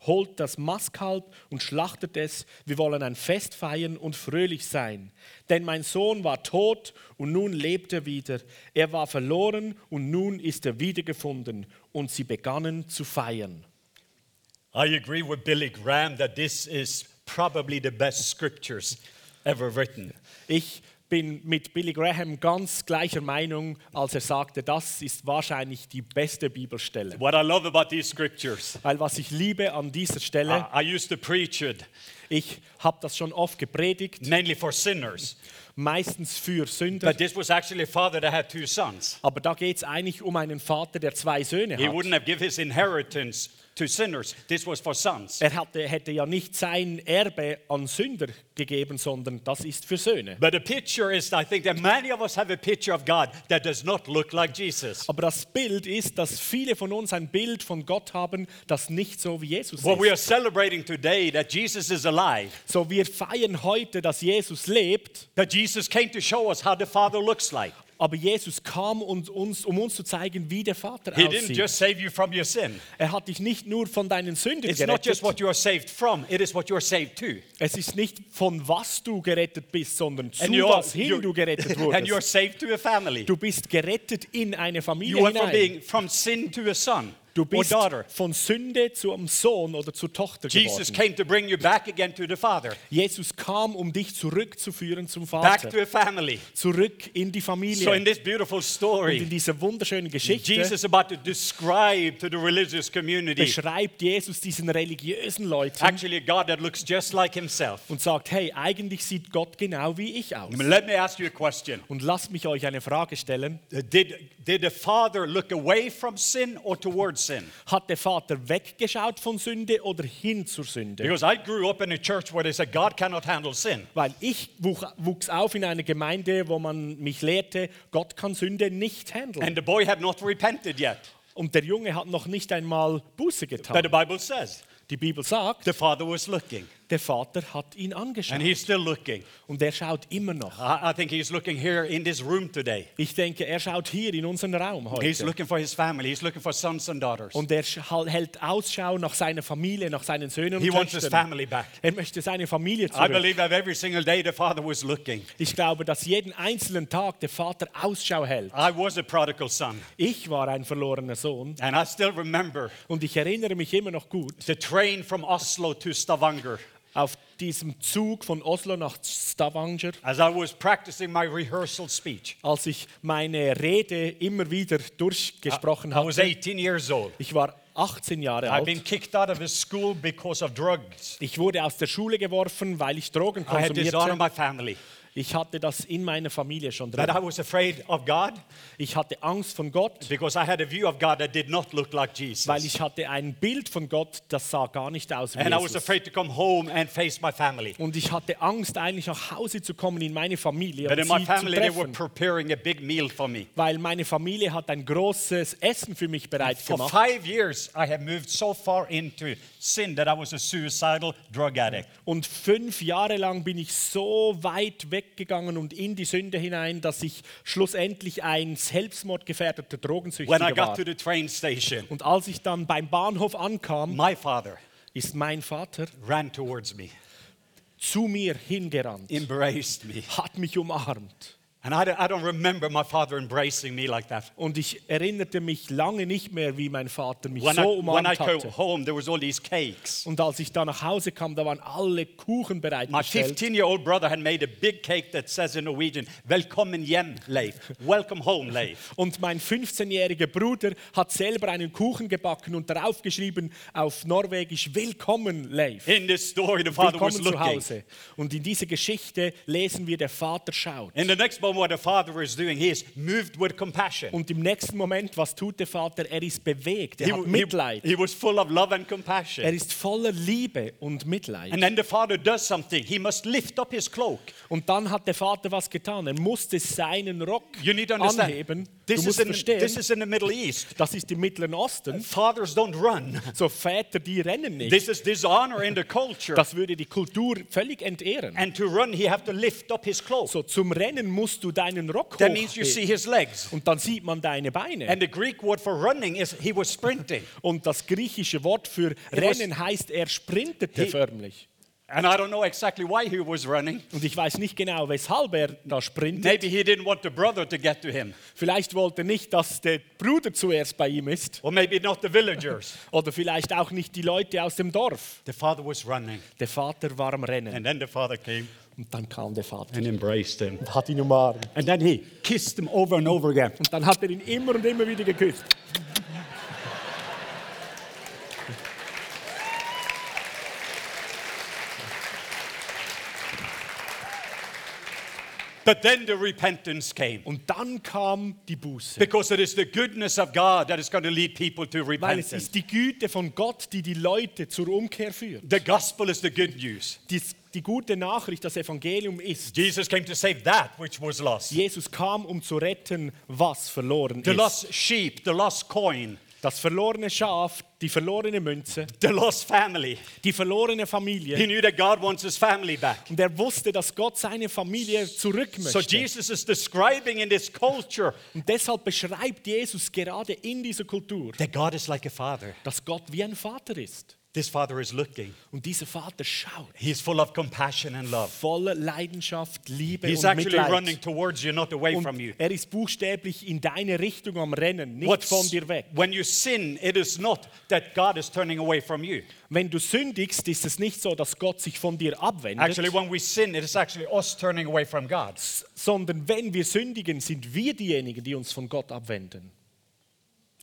Speaker 1: Holt das Mastkalb und schlachtet es, wir wollen ein Fest feiern und fröhlich sein. Denn mein Sohn war tot und nun lebt er wieder. Er war verloren und nun ist er wiedergefunden. Und sie begannen zu feiern.
Speaker 3: I agree with Billy Graham that this is probably the best scriptures ever written.
Speaker 1: Ich bin mit Billy Graham ganz gleicher Meinung, als er sagte, das ist wahrscheinlich die beste Bibelstelle.
Speaker 3: What I love about these scriptures,
Speaker 1: Weil was ich liebe an dieser
Speaker 3: I,
Speaker 1: Stelle,
Speaker 3: I used to preach it
Speaker 1: ich habe das schon oft gepredigt,
Speaker 3: mainly for sinners,
Speaker 1: meistens für Sünder,
Speaker 3: but this was actually a father that had two sons.
Speaker 1: aber da geht es eigentlich um einen Vater, der zwei Söhne
Speaker 3: He
Speaker 1: hat.
Speaker 3: wouldn't have given his inheritance to sinners. This was for sons.
Speaker 1: Er hatte, hätte ja nicht sein Erbe an Sünder gegeben, sondern das ist für Söhne.
Speaker 3: But the picture is, I think, that many of us have a picture of God that does not look like Jesus.
Speaker 1: Aber das Bild ist, dass viele von uns ein Bild von Gott haben, das nicht so wie Jesus
Speaker 3: What we are
Speaker 1: ist.
Speaker 3: celebrating today, that Jesus is alive,
Speaker 1: So wir feiern heute, dass Jesus lebt
Speaker 3: that Jesus came to show us how the Father looks like.
Speaker 1: Aber Jesus kam, und uns, um uns zu zeigen, wie der Vater
Speaker 3: He didn't
Speaker 1: aussieht.
Speaker 3: just save you from your sin.
Speaker 1: Er hat dich nicht nur von deinen Sünden
Speaker 3: It's not just
Speaker 1: gerettet.
Speaker 3: what you are saved from, it is what you are saved to.
Speaker 1: Es ist nicht von was du gerettet bist, sondern zu
Speaker 3: are-
Speaker 1: was hin du gerettet
Speaker 3: and you are
Speaker 1: wurdest.
Speaker 3: saved to a family.
Speaker 1: Du bist gerettet in eine
Speaker 3: You
Speaker 1: Familie
Speaker 3: went from
Speaker 1: hinein.
Speaker 3: being from sin to a son
Speaker 1: Du
Speaker 3: or
Speaker 1: bist
Speaker 3: daughter.
Speaker 1: von Sünde zu einem Sohn oder zur Tochter
Speaker 3: Jesus
Speaker 1: geworden.
Speaker 3: came to bring you back again to the Father,
Speaker 1: Jesus kam, um dich zurückzuführen zum
Speaker 3: back
Speaker 1: Vater,
Speaker 3: to a family.
Speaker 1: zurück in die Familie.
Speaker 3: So in this beautiful
Speaker 1: Und in
Speaker 3: story,
Speaker 1: dieser wunderschönen Geschichte
Speaker 3: Jesus about to describe to the religious community
Speaker 1: beschreibt Jesus diesen religiösen Leuten,
Speaker 3: actually a God that looks just like himself.
Speaker 1: und sagt, hey, eigentlich sieht Gott genau wie ich aus.
Speaker 3: Let me ask you a question.
Speaker 1: Und lasst mich euch eine Frage stellen.
Speaker 3: Did, did the Father look away from sin or towards sin?
Speaker 1: Hat der Vater weggeschaut von Sünde oder hin zur Sünde?
Speaker 3: Because I grew up in a church where they said God cannot handle sin.
Speaker 1: Weil ich wuch- wuchs auf in einer Gemeinde, wo man mich lehrte, Gott kann Sünde nicht handeln.
Speaker 3: And the boy had not repented yet.
Speaker 1: Und der Junge hat noch nicht einmal Buße
Speaker 3: But the
Speaker 1: getan.
Speaker 3: Bible says
Speaker 1: Die Bibel sagt,
Speaker 3: the Father was looking,
Speaker 1: der Vater hat ihn
Speaker 3: and
Speaker 1: angeschaut.
Speaker 3: he's still looking.
Speaker 1: Und er schaut immer noch.
Speaker 3: I, I think he's looking here in this room today.
Speaker 1: Ich denke, er schaut hier in unseren Raum
Speaker 3: He's
Speaker 1: heute.
Speaker 3: looking for his family, he's looking for sons and daughters.
Speaker 1: Und er sch- hält Ausschau nach seiner Familie, nach seinen Söhnen
Speaker 3: He
Speaker 1: und
Speaker 3: wants his
Speaker 1: Töchtern.
Speaker 3: family back.
Speaker 1: Er möchte seine Familie
Speaker 3: I
Speaker 1: zurück.
Speaker 3: believe that every single day the Father was looking.
Speaker 1: Ich glaube, dass jeden einzelnen Tag der Vater Ausschau hält.
Speaker 3: I was a prodigal son,
Speaker 1: Ich war ein verlorener Sohn
Speaker 3: and I still remember
Speaker 1: und ich erinnere mich immer noch gut
Speaker 3: the train from Oslo to Stavanger.
Speaker 1: auf diesem Zug von Oslo nach Stavanger,
Speaker 3: As I was practicing my rehearsal speech,
Speaker 1: als ich meine Rede immer wieder durchgesprochen
Speaker 3: I was
Speaker 1: habe.
Speaker 3: 18 years old.
Speaker 1: Ich war 18 Jahre
Speaker 3: I've been
Speaker 1: alt.
Speaker 3: kicked out of a school because of drugs.
Speaker 1: Ich wurde aus der Schule geworfen, weil ich Drogen
Speaker 3: I had
Speaker 1: konsumierte.
Speaker 3: dishonored my family.
Speaker 1: Ich hatte das in meiner Familie schon
Speaker 3: That
Speaker 1: drin.
Speaker 3: I was afraid of God
Speaker 1: Ich hatte Angst von Gott,
Speaker 3: because I had a view of God that did not look like Jesus.
Speaker 1: weil ich hatte ein Bild von Gott, das sah gar nicht aus wie
Speaker 3: and I was
Speaker 1: Jesus.
Speaker 3: afraid to come home and face my family.
Speaker 1: Und ich hatte Angst, eigentlich nach Hause zu kommen in meine Familie
Speaker 3: But
Speaker 1: und
Speaker 3: in my
Speaker 1: sie zu
Speaker 3: family, they
Speaker 1: treffen.
Speaker 3: were preparing a big meal for me.
Speaker 1: Weil meine Familie hat ein großes Essen für mich bereit
Speaker 3: For
Speaker 1: gemacht.
Speaker 3: five years, I had moved so far into sin that I was a suicidal drug addict.
Speaker 1: Und fünf Jahre lang bin ich so weit weggegangen und in die Sünde hinein, dass ich schlussendlich ein selbstmordgefährdeter
Speaker 3: When I
Speaker 1: Drogensüchtiger
Speaker 3: got
Speaker 1: war.
Speaker 3: to the train station,
Speaker 1: Und als ich dann beim Bahnhof ankam,
Speaker 3: my father
Speaker 1: ist mein Vater
Speaker 3: ran towards me,
Speaker 1: zu mir hingerannt,
Speaker 3: embraced me.
Speaker 1: hat mich umarmt.
Speaker 3: And I don't, I don't remember my father embracing me like that.
Speaker 1: Und ich erinnerte mich lange nicht mehr, wie mein Vater mich
Speaker 3: When, I,
Speaker 1: so
Speaker 3: when I
Speaker 1: umarmt
Speaker 3: go
Speaker 1: hatte.
Speaker 3: home, there was all these cakes.
Speaker 1: Und als ich da nach Hause kam, da waren alle Kuchen
Speaker 3: My
Speaker 1: bereitgestellt.
Speaker 3: 15-year-old brother had made a big cake that says in Norwegian, "Velkommen hjem, Leif." Welcome home, Leif.
Speaker 1: Und mein 15-jähriger Bruder hat selber einen Kuchen gebacken und darauf geschrieben auf Norwegisch Willkommen, Leif.
Speaker 3: In this story, the father was
Speaker 1: Willkommen zu
Speaker 3: looking.
Speaker 1: Hause. Und in dieser Geschichte lesen wir, der Vater schaut.
Speaker 3: In the next moment, what the Father is doing, he is moved with compassion.
Speaker 1: Und im nächsten Moment, was tut der Vater? Er ist bewegt,
Speaker 3: He,
Speaker 1: er hat
Speaker 3: he-
Speaker 1: Mitleid.
Speaker 3: he was full of love and
Speaker 1: Er
Speaker 3: compassion.
Speaker 1: ist voller Liebe und
Speaker 3: And
Speaker 1: Mitleid.
Speaker 3: then the Father does something. He must lift up his cloak.
Speaker 1: Und dann hat der Vater was getan. Er musste seinen Rock
Speaker 3: You need to understand.
Speaker 1: anheben. Du
Speaker 3: This is,
Speaker 1: musst
Speaker 3: in, this
Speaker 1: verstehen,
Speaker 3: is in the Middle East.
Speaker 1: das ist im Mittleren Osten.
Speaker 3: Fathers don't run.
Speaker 1: So Väter, die rennen nicht.
Speaker 3: This is dishonor in the culture.
Speaker 1: Das würde die Kultur völlig entehren.
Speaker 3: And to run, he have to lift up his cloak.
Speaker 1: So zum Rennen musst du deinen Rock
Speaker 3: that means you see
Speaker 1: hochheben.
Speaker 3: his legs.
Speaker 1: Und dann sieht man deine Beine.
Speaker 3: And the Greek word for running is he was sprinting.
Speaker 1: Und das griechische Wort für
Speaker 3: was-
Speaker 1: Rennen heißt, er sprintete
Speaker 3: He-
Speaker 1: förmlich.
Speaker 3: And I don't know exactly why he was running.
Speaker 1: Und ich weiß nicht genau, weshalb er da sprintet.
Speaker 3: Maybe he didn't want the brother to get to him,
Speaker 1: Vielleicht wollte er nicht, dass der Bruder zuerst bei ihm ist.
Speaker 3: or maybe not the villagers.
Speaker 1: Oder vielleicht auch nicht die Leute aus dem Dorf.
Speaker 3: The father was running,
Speaker 1: Der Vater war am Rennen.
Speaker 3: and then the father came
Speaker 1: Und dann kam der Vater
Speaker 3: and embraced him.
Speaker 1: und hat ihn umarmt.
Speaker 3: And then he kissed him over and over again.
Speaker 1: Und dann hat er ihn immer und immer wieder geküsst.
Speaker 3: But then the repentance came.
Speaker 1: Und dann kam die Buße.
Speaker 3: Because it is the goodness of God that is going to lead people to
Speaker 1: Weil es
Speaker 3: repentance.
Speaker 1: ist die Güte von Gott, die die Leute zur Umkehr führt.
Speaker 3: The gospel is the good news.
Speaker 1: Die, die gute Nachricht, das Evangelium ist,
Speaker 3: Jesus came to save that which was lost.
Speaker 1: Jesus kam, um zu retten, was verloren
Speaker 3: The
Speaker 1: ist.
Speaker 3: lost sheep, the lost coin,
Speaker 1: Das verlorene Schaf, die verlorene Münze,
Speaker 3: the lost family.
Speaker 1: die verlorene
Speaker 3: He
Speaker 1: Familie.
Speaker 3: knew that God wants his family back.
Speaker 1: Und er wusste, dass Gott seine Familie zurück
Speaker 3: So
Speaker 1: möchte.
Speaker 3: Jesus is describing in this culture
Speaker 1: Und deshalb beschreibt Jesus gerade in dieser Kultur,
Speaker 3: that God is like a father.
Speaker 1: dass Gott wie ein Vater ist.
Speaker 3: This father is looking.
Speaker 1: Und dieser Vater schaut
Speaker 3: He is full of compassion and love.
Speaker 1: voller Leidenschaft, Liebe
Speaker 3: He's
Speaker 1: und
Speaker 3: actually
Speaker 1: Mitleid.
Speaker 3: running towards you, not away from you.
Speaker 1: Und er ist buchstäblich in deine Richtung am Rennen, nicht
Speaker 3: What's-
Speaker 1: von dir weg.
Speaker 3: when you sin, it is not that God is turning away from you.
Speaker 1: Wenn du sündigst, ist es nicht so, dass Gott sich von dir abwendet,
Speaker 3: Actually, when we sin, it is actually us turning away from God.
Speaker 1: s- sondern wenn wir sündigen, sind wir diejenigen, die uns von Gott abwenden.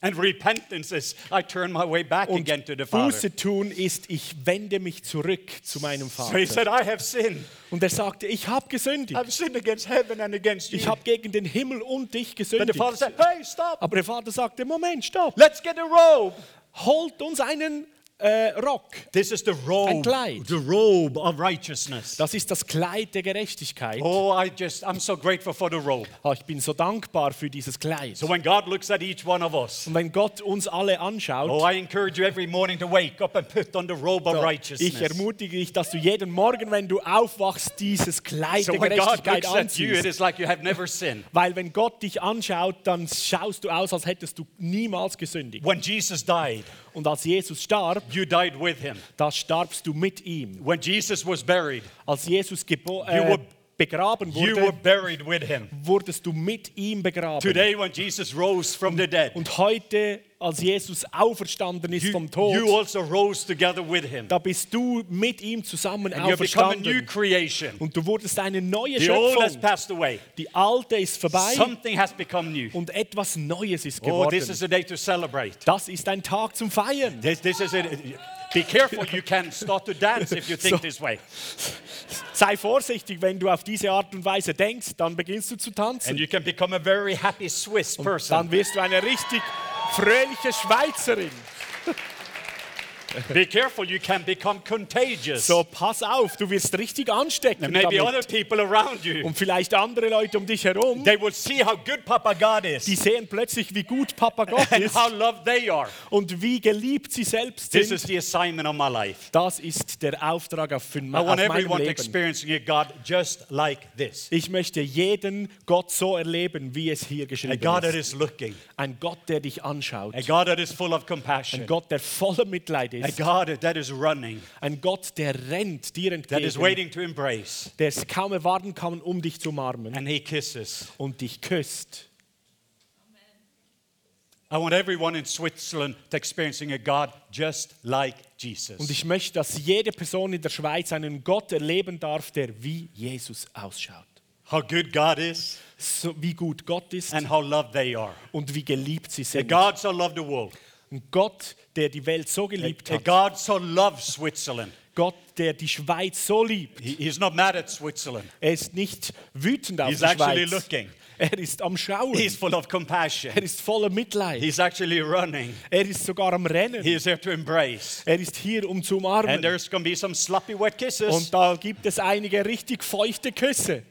Speaker 3: And repentance is I turn my way back
Speaker 1: Und
Speaker 3: again to the Father.
Speaker 1: Buße tun ist, ich wende mich zurück zu meinem
Speaker 3: So he
Speaker 1: Vater.
Speaker 3: said, I have sinned.
Speaker 1: Und er sagte, ich habe gesündigt.
Speaker 3: I've sinned against heaven and against you.
Speaker 1: Ich habe gegen den Himmel und dich
Speaker 3: Then the
Speaker 1: gesündigt.
Speaker 3: Father said, Hey, stop.
Speaker 1: Aber der Vater sagte, Moment, stopp,
Speaker 3: Let's get a robe.
Speaker 1: holt uns einen äh, Rock.
Speaker 3: This is the robe.
Speaker 1: kleid.
Speaker 3: The robe of righteousness.
Speaker 1: Das ist das Kleid der Gerechtigkeit.
Speaker 3: Oh, I just, I'm so grateful for the robe.
Speaker 1: Ah, Ich bin so dankbar für dieses Kleid.
Speaker 3: So when God looks at each one of us,
Speaker 1: Und wenn Gott uns alle anschaut,
Speaker 3: oh, I encourage you every morning to wake up and put on the robe of
Speaker 1: So, Ich
Speaker 3: righteousness.
Speaker 1: ermutige dich, dass du jeden Morgen, wenn du aufwachst, dieses Kleid
Speaker 3: So
Speaker 1: der
Speaker 3: when God
Speaker 1: Gerechtigkeit
Speaker 3: looks at you, it
Speaker 1: anziehst.
Speaker 3: is like you have never sinned.
Speaker 1: Weil wenn Gott dich anschaut, dann schaust du aus, als hättest du niemals gesündigt.
Speaker 3: When Jesus died,
Speaker 1: Und als Jesus starb,
Speaker 3: you died with him.
Speaker 1: da starbst du mit ihm.
Speaker 3: When Jesus was buried,
Speaker 1: Als Jesus gebo-
Speaker 3: You
Speaker 1: äh,
Speaker 3: were-
Speaker 1: begraben
Speaker 3: you were
Speaker 1: wurde,
Speaker 3: buried with him.
Speaker 1: wurdest du mit ihm begraben.
Speaker 3: Today, when Jesus rose from the dead,
Speaker 1: Und heute, als Jesus auferstanden ist
Speaker 3: you,
Speaker 1: vom
Speaker 3: you
Speaker 1: Tod,
Speaker 3: also rose together with him.
Speaker 1: da bist du mit ihm zusammen
Speaker 3: And you become a new
Speaker 1: auferstanden.
Speaker 3: creation.
Speaker 1: Und du wurdest eine neue
Speaker 3: The old has
Speaker 1: Schöpfung.
Speaker 3: passed away.
Speaker 1: Die alte ist vorbei.
Speaker 3: Something has become new.
Speaker 1: Und etwas Neues ist
Speaker 3: Oh,
Speaker 1: geworden.
Speaker 3: this is a day to celebrate.
Speaker 1: das ist ein Tag zum Feiern.
Speaker 3: This, this is it. Be careful, you can start to dance if you think
Speaker 1: So-
Speaker 3: this way.
Speaker 1: Sei vorsichtig, wenn du auf diese Art und Weise denkst, dann beginnst du zu
Speaker 3: And
Speaker 1: tanzen.
Speaker 3: you can become a very happy Swiss person.
Speaker 1: Dann wirst du eine richtig fröhliche Schweizerin.
Speaker 3: Be careful, you can become contagious.
Speaker 1: So, pass auf, du wirst richtig
Speaker 3: And
Speaker 1: anstecken
Speaker 3: maybe
Speaker 1: damit.
Speaker 3: other people around you,
Speaker 1: Und vielleicht andere Leute um dich herum,
Speaker 3: they will see how good Papa God
Speaker 1: die
Speaker 3: is
Speaker 1: sehen plötzlich, wie gut Papa Gott
Speaker 3: and
Speaker 1: ist
Speaker 3: how loved they are.
Speaker 1: und wie geliebt sie selbst
Speaker 3: This is
Speaker 1: sind.
Speaker 3: the assignment of my life.
Speaker 1: Das ist der Auftrag auf, für,
Speaker 3: I
Speaker 1: auf
Speaker 3: want
Speaker 1: meinem
Speaker 3: everyone
Speaker 1: Leben.
Speaker 3: experiencing a God just like this.
Speaker 1: Ich möchte jeden Gott so erleben, wie es hier
Speaker 3: A
Speaker 1: geschrieben
Speaker 3: God that
Speaker 1: ist.
Speaker 3: is looking,
Speaker 1: Ein Gott, der dich anschaut.
Speaker 3: a God that is full of
Speaker 1: Ein
Speaker 3: compassion,
Speaker 1: Gott, der voller Mitleid
Speaker 3: a
Speaker 1: ist.
Speaker 3: God that is running,
Speaker 1: Ein Gott, der rennt dir
Speaker 3: that is
Speaker 1: entgegen,
Speaker 3: waiting to embrace,
Speaker 1: der es kaum erwarten kann, um dich zu umarmen
Speaker 3: and He kisses.
Speaker 1: und dich küsst.
Speaker 3: I want everyone in Switzerland to experiencing a God just like
Speaker 1: Und
Speaker 3: Jesus.
Speaker 1: ich möchte, dass jede Person in der Schweiz einen Gott erleben darf, der wie Jesus ausschaut.
Speaker 3: How good God is
Speaker 1: So wie gut Gott ist
Speaker 3: and how loved they are.
Speaker 1: und wie geliebt sie
Speaker 3: A
Speaker 1: sind.
Speaker 3: God so loved the world.
Speaker 1: Ein Er Gott, der die Welt so geliebt
Speaker 3: A
Speaker 1: hat.
Speaker 3: God so loves Switzerland.
Speaker 1: Gott, der die Schweiz so liebt.
Speaker 3: He- he's not mad at Switzerland.
Speaker 1: Er ist nicht wütend auf
Speaker 3: He's
Speaker 1: die
Speaker 3: actually
Speaker 1: Schweiz.
Speaker 3: looking.
Speaker 1: Er ist am Schauen.
Speaker 3: He's full of compassion.
Speaker 1: er ist voller Mitleid.
Speaker 3: He's actually running.
Speaker 1: er ist sogar am Rennen.
Speaker 3: He is here to embrace.
Speaker 1: er ist hier, um zu
Speaker 3: And
Speaker 1: umarmen.
Speaker 3: there's going to be some sloppy wet kisses.
Speaker 1: Und da gibt es einige richtig feuchte Küsse.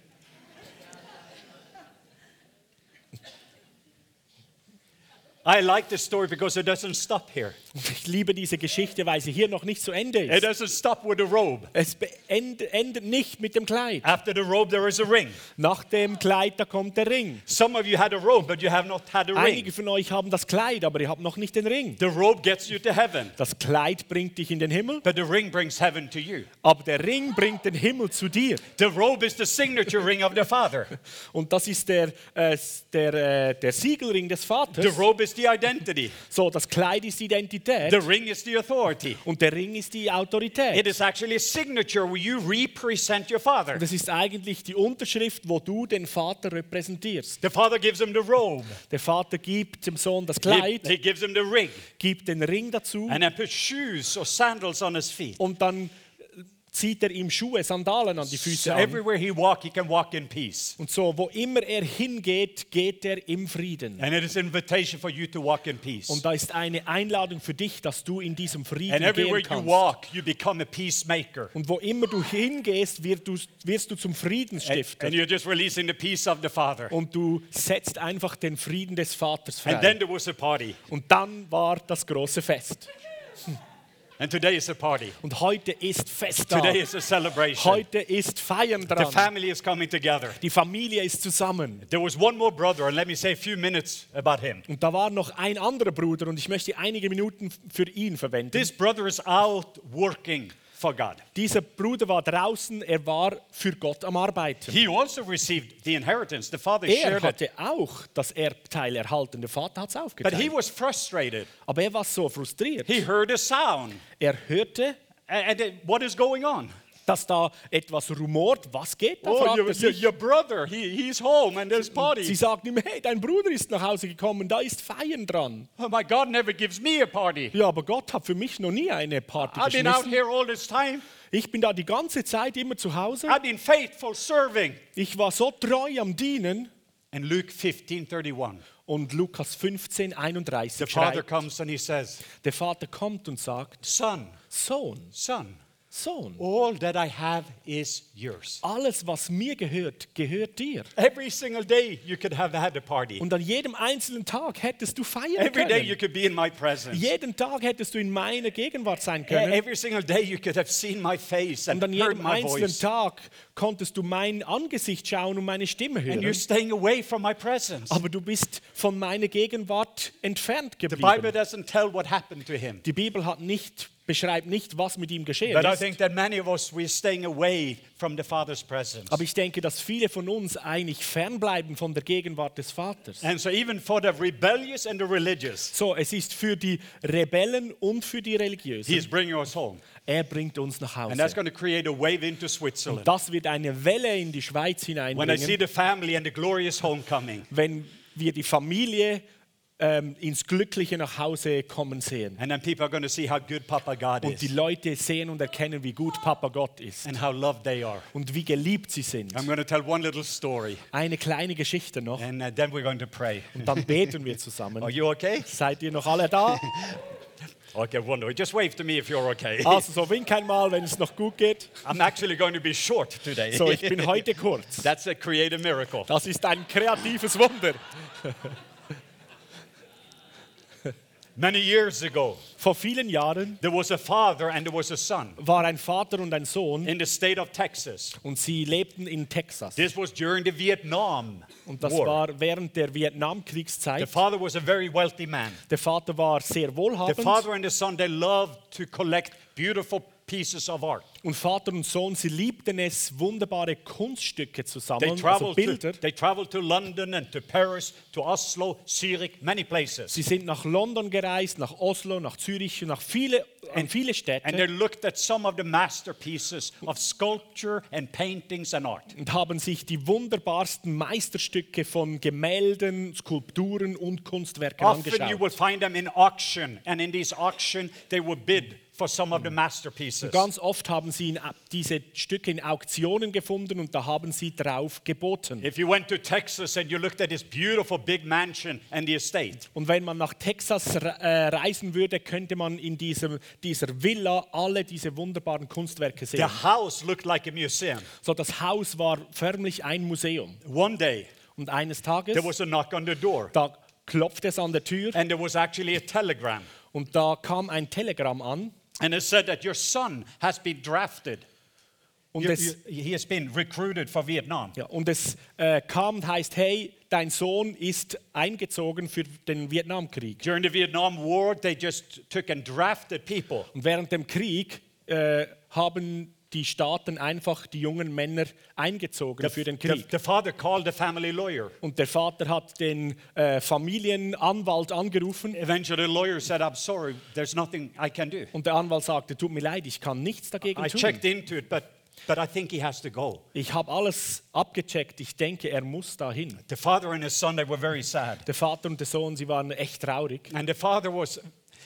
Speaker 3: I like this story because it doesn't stop here.
Speaker 1: Und ich liebe diese Geschichte, weil sie hier noch nicht zu Ende ist.
Speaker 3: It doesn't stop with the robe.
Speaker 1: Es beend- endet nicht mit dem Kleid.
Speaker 3: After the robe, there is a ring.
Speaker 1: Nach dem Kleid, da kommt der Ring.
Speaker 3: Some of you had a robe, but you have not had a
Speaker 1: Einige
Speaker 3: ring.
Speaker 1: von euch haben das Kleid, aber ihr habt noch nicht den Ring.
Speaker 3: The robe gets you to heaven,
Speaker 1: Das Kleid bringt dich in den Himmel,
Speaker 3: but the ring brings heaven to you.
Speaker 1: aber der Ring bringt den Himmel zu dir.
Speaker 3: The robe is the signature ring of the Father.
Speaker 1: Und das ist der, äh, s- der, äh, der Siegelring des
Speaker 3: The
Speaker 1: Vaters.
Speaker 3: robe is the identity.
Speaker 1: So, das Kleid ist die Identität
Speaker 3: The ring is the authority.
Speaker 1: und der Ring ist die
Speaker 3: It
Speaker 1: Autorität.
Speaker 3: is actually a signature where you represent your Father.
Speaker 1: Das ist eigentlich die Unterschrift, wo du den Vater repräsentierst.
Speaker 3: The Father gives him the robe.
Speaker 1: Der Vater gibt dem Sohn das
Speaker 3: He,
Speaker 1: Kleid,
Speaker 3: he gives him the ring.
Speaker 1: gibt den Ring dazu
Speaker 3: And then puts shoes or sandals on his feet.
Speaker 1: und dann äh, zieht er ihm Schuhe, Sandalen an die Füße
Speaker 3: So
Speaker 1: an.
Speaker 3: everywhere he walk, he can walk in peace.
Speaker 1: Und so, wo immer er hingeht, geht er im Frieden.
Speaker 3: And it is an invitation for you to walk in peace.
Speaker 1: Und da ist eine Einladung für dich, dass du in diesem Frieden
Speaker 3: And everywhere
Speaker 1: gehen
Speaker 3: you
Speaker 1: kannst.
Speaker 3: walk, you become a peacemaker.
Speaker 1: Und wo immer du hingehst, wirst du, wirst du zum
Speaker 3: And,
Speaker 1: Friedensstifter.
Speaker 3: and you're just releasing the peace of the Father.
Speaker 1: Und du setzt einfach den Frieden des Vaters
Speaker 3: And then
Speaker 1: frei.
Speaker 3: there was a party.
Speaker 1: Und dann war das große Fest.
Speaker 3: And today is a party.
Speaker 1: Und heute ist Fest da.
Speaker 3: Today is a celebration.
Speaker 1: Heute ist Feiern
Speaker 3: The
Speaker 1: dran.
Speaker 3: family is coming together.
Speaker 1: Die Familie ist zusammen.
Speaker 3: There was one more brother, and let me say a few minutes about him.
Speaker 1: Und da war noch ein anderer Bruder und ich möchte einige Minuten für ihn verwenden.
Speaker 3: This brother is out working for God.
Speaker 1: Dieser Bruder war draußen, er war für Gott am Arbeiten.
Speaker 3: He also received the inheritance. The father
Speaker 1: Er
Speaker 3: shared it.
Speaker 1: hatte auch das Erbteil erhalten, der Vater hat es
Speaker 3: But he
Speaker 1: aufgeteilt.
Speaker 3: was frustrated.
Speaker 1: Aber er war so frustriert.
Speaker 3: He heard a sound.
Speaker 1: Er hörte,
Speaker 3: And and what is going on?
Speaker 1: dass da etwas rumort. Was geht da?
Speaker 3: Oh,
Speaker 1: fragt
Speaker 3: your,
Speaker 1: er
Speaker 3: your,
Speaker 1: sich.
Speaker 3: your brother, he, he's home and there's
Speaker 1: Sie
Speaker 3: party.
Speaker 1: sagten ihm, hey, dein Bruder ist nach Hause gekommen, da ist Feiern dran.
Speaker 3: Oh, my God never gives me a party.
Speaker 1: Ja, aber Gott hat für mich noch nie eine Party
Speaker 3: I've been out
Speaker 1: geschmissen.
Speaker 3: here all this time.
Speaker 1: Ich bin da die ganze Zeit immer zu Hause.
Speaker 3: I've been faithful serving.
Speaker 1: Ich war so treu am Dienen.
Speaker 3: And Luke 15, 31,
Speaker 1: Und Lukas 15,
Speaker 3: the
Speaker 1: 31
Speaker 3: father
Speaker 1: schreibt,
Speaker 3: comes and he says,
Speaker 1: der Vater kommt und sagt,
Speaker 3: Son,
Speaker 1: Sohn,
Speaker 3: son,
Speaker 1: Sohn,
Speaker 3: all that I have is yours.
Speaker 1: alles, was mir gehört, gehört dir.
Speaker 3: Every single day you could have had a party.
Speaker 1: Und an jedem einzelnen Tag hättest du feiern
Speaker 3: Every day you
Speaker 1: können.
Speaker 3: could be in my presence. E-
Speaker 1: Jeden Tag hättest du in meiner Gegenwart sein können.
Speaker 3: Every single day you could have seen my face and
Speaker 1: Und an
Speaker 3: heard
Speaker 1: jedem
Speaker 3: my
Speaker 1: einzelnen
Speaker 3: voice.
Speaker 1: Tag konntest du mein Angesicht schauen und meine Stimme
Speaker 3: And you're
Speaker 1: hören.
Speaker 3: staying away from my presence.
Speaker 1: Aber du bist von meiner Gegenwart entfernt
Speaker 3: The Bible
Speaker 1: geblieben.
Speaker 3: doesn't tell what happened to him.
Speaker 1: Die Bibel hat nicht, beschreibt nicht, was mit ihm geschehen
Speaker 3: But I
Speaker 1: ist.
Speaker 3: think that many of us, we're staying away from the Father's presence.
Speaker 1: Aber ich denke, dass viele von uns eigentlich fernbleiben von der Gegenwart des Vaters.
Speaker 3: And so, even for the rebellious and the religious,
Speaker 1: So, es ist für die Rebellen und für die
Speaker 3: He is
Speaker 1: Religiösen.
Speaker 3: bringing us home.
Speaker 1: Er bringt uns nach
Speaker 3: And that's
Speaker 1: Hause.
Speaker 3: going to create a wave into Switzerland.
Speaker 1: Das wird eine Welle in die Schweiz
Speaker 3: When I see
Speaker 1: hineinbringen,
Speaker 3: the family and the glorious homecoming,
Speaker 1: wenn wir die Familie ähm, ins Glückliche nach Hause kommen sehen.
Speaker 3: and then people are going to see how good Papa God
Speaker 1: Und die
Speaker 3: is
Speaker 1: Leute sehen und erkennen, wie gut Papa Gott ist
Speaker 3: and how loved they are.
Speaker 1: und wie geliebt sie sind.
Speaker 3: I'm going to tell one little story,
Speaker 1: Eine kleine Geschichte noch
Speaker 3: and uh, then we're going to pray.
Speaker 1: und dann beten wir zusammen.
Speaker 3: Are you okay?
Speaker 1: Seid ihr noch alle da?
Speaker 3: Okay, wonderful. Just wave to me if you're okay.
Speaker 1: Also so wink einmal, wenn es noch gut geht.
Speaker 3: I'm actually going to be short today.
Speaker 1: So, ich bin heute kurz.
Speaker 3: That's a creative miracle.
Speaker 1: Das ist ein kreatives Wunder.
Speaker 3: Many years ago,
Speaker 1: Vor vielen Jahren
Speaker 3: there was a father and there was a son
Speaker 1: war ein Vater und ein Sohn
Speaker 3: in the state of Texas.
Speaker 1: und sie lebten in Texas.
Speaker 3: This was during the Vietnam
Speaker 1: Und das
Speaker 3: War.
Speaker 1: war während der
Speaker 3: The
Speaker 1: Vietnamkriegszeit.
Speaker 3: father was a very wealthy man.
Speaker 1: Der Vater war sehr
Speaker 3: The
Speaker 1: wohlhabend
Speaker 3: father and the son, they loved to collect beautiful pieces of art.
Speaker 1: und Vater und Sohn, sie liebten es, wunderbare Kunststücke zu
Speaker 3: They
Speaker 1: sammeln, also
Speaker 3: traveled, to,
Speaker 1: Bilder.
Speaker 3: they traveled to London and to Paris, to Oslo, Zurich, many places.
Speaker 1: Sie sind nach London gereist, nach Oslo, nach Zürich und nach viele, an viele
Speaker 3: And they
Speaker 1: Städte
Speaker 3: looked at some of the masterpieces of sculpture and paintings and art.
Speaker 1: und haben sich die wunderbarsten Meisterstücke von Gemälden, Skulpturen und Kunstwerken
Speaker 3: Often you
Speaker 1: angeschaut.
Speaker 3: will find them in auction, and in these auction they will bid for some of the masterpieces.
Speaker 1: Ganz oft haben sie in, diese Stücke in Auktionen gefunden und da haben sie drauf geboten.
Speaker 3: If you went to Texas and you looked at this beautiful big mansion and the estate,
Speaker 1: Und wenn man nach Texas re- äh, reisen würde, könnte man in diesem, dieser Villa alle diese wunderbaren Kunstwerke
Speaker 3: the
Speaker 1: sehen.
Speaker 3: house looked like a museum.
Speaker 1: So, das Haus war förmlich ein Museum.
Speaker 3: One day,
Speaker 1: Und eines Tages,
Speaker 3: there was a knock on the door,
Speaker 1: da klopfte es an der Tür
Speaker 3: and there was actually a telegram.
Speaker 1: und da kam ein Telegramm an
Speaker 3: And it said that your son has been drafted.
Speaker 1: und
Speaker 3: You-
Speaker 1: es,
Speaker 3: you- he has been recruited for Vietnam.
Speaker 1: ja, und es äh, kam und heißt, hey, dein Sohn ist eingezogen für den Vietnamkrieg.
Speaker 3: During the Vietnam War, they just took and drafted people.
Speaker 1: Und während dem Krieg äh, haben die Staaten einfach die jungen Männer eingezogen für den
Speaker 3: The,
Speaker 1: Krieg.
Speaker 3: the father called the family lawyer.
Speaker 1: und der Vater hat den äh, Familienanwalt angerufen
Speaker 3: Eventually, the lawyer said, I'm sorry, there's nothing I can do.
Speaker 1: und der Anwalt sagte, tut mir leid, ich kann nichts dagegen
Speaker 3: I
Speaker 1: tun.
Speaker 3: checked into it, but, but I think he has to go.
Speaker 1: Ich habe alles abgecheckt, ich denke, er muss dahin.
Speaker 3: The father and his son, they were very sad.
Speaker 1: Der Vater und der Sohn, sie waren echt traurig.
Speaker 3: And the father was,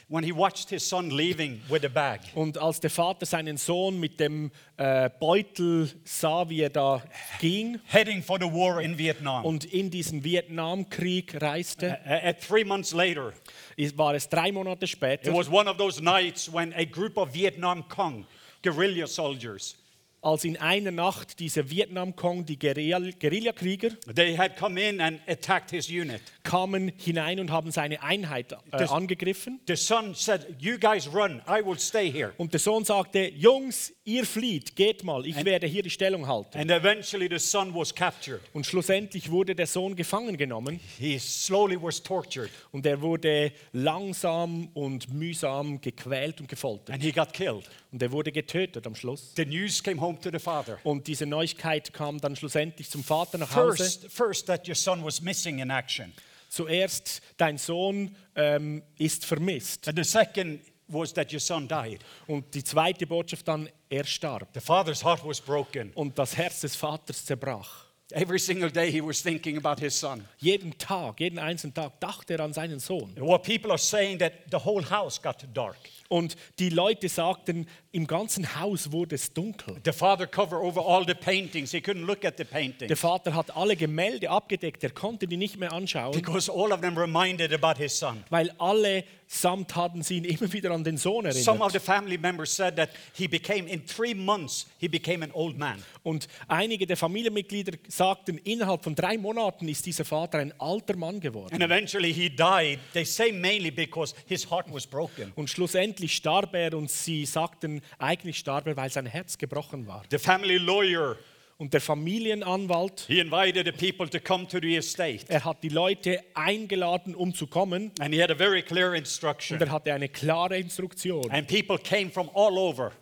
Speaker 3: when he watched his son leaving with a bag,
Speaker 1: Und als der Vater seinen Sohn mit dem äh, Beutel sah, wie er da ging
Speaker 3: heading for the war in Vietnam.
Speaker 1: und in diesen Vietnamkrieg reiste,
Speaker 3: A- At three months later,
Speaker 1: es- war es drei Monate
Speaker 3: it
Speaker 1: später,
Speaker 3: was one of those nights when a group of Vietnam Cong guerrilla soldiers,
Speaker 1: als in einer Nacht diese Vietnamkong, die Guerilla- Guerillakrieger,
Speaker 3: they had come in and attacked his unit.
Speaker 1: kamen hinein und haben seine Einheit äh,
Speaker 3: Das-
Speaker 1: angegriffen.
Speaker 3: The son said, "You guys run. I will stay here."
Speaker 1: Und der Sohn sagte, Jungs, ihr flieht, geht mal, ich werde hier die Stellung halten.
Speaker 3: And eventually, the son was captured.
Speaker 1: Und schlussendlich wurde der Sohn gefangen genommen
Speaker 3: He slowly was tortured,
Speaker 1: und er wurde langsam und mühsam gequält und gefoltert.
Speaker 3: and he got killed.
Speaker 1: Und er wurde getötet am Schluss.
Speaker 3: The news came home to the father.
Speaker 1: Und diese Neuigkeit kam dann schlussendlich zum Vater nach Hause.
Speaker 3: First, first that your son was missing in action,
Speaker 1: Zuerst, dein Sohn ähm, ist vermisst.
Speaker 3: and the second was that your son died.
Speaker 1: Und die zweite Botschaft dann, er starb.
Speaker 3: The father's heart was broken.
Speaker 1: Und das Herz des Vaters zerbrach.
Speaker 3: Every single day, he was thinking about his son.
Speaker 1: Jeden Tag, jeden einzelnen Tag dachte er an seinen Sohn.
Speaker 3: Well, people are saying that the whole house got dark.
Speaker 1: Und die Leute sagten, im ganzen Haus wurde es dunkel.
Speaker 3: The father covered over all the paintings. He couldn't look at the
Speaker 1: Der
Speaker 3: paintings
Speaker 1: Vater hat alle Gemälde abgedeckt, er konnte die nicht mehr anschauen,
Speaker 3: because all of them reminded about his son.
Speaker 1: weil alle samt hatten sie ihn immer wieder an den Sohn
Speaker 3: Some of
Speaker 1: erinnert.
Speaker 3: the family members said that he became, in three months, he became an old man.
Speaker 1: Und einige der Familienmitglieder sagten, innerhalb von drei Monaten ist dieser Vater ein alter Mann geworden.
Speaker 3: And eventually he died. They say mainly because his heart was broken.
Speaker 1: Und schlussendlich starb er und sie sagten, eigentlich starb er, weil sein Herz gebrochen war.
Speaker 3: The family lawyer,
Speaker 1: Und der Familienanwalt,
Speaker 3: he invited the people to come to the estate.
Speaker 1: er hat die Leute eingeladen, um zu kommen.
Speaker 3: And he had a very clear
Speaker 1: Und
Speaker 3: instruction.
Speaker 1: er hatte eine klare Instruktion.
Speaker 3: And people came from all over.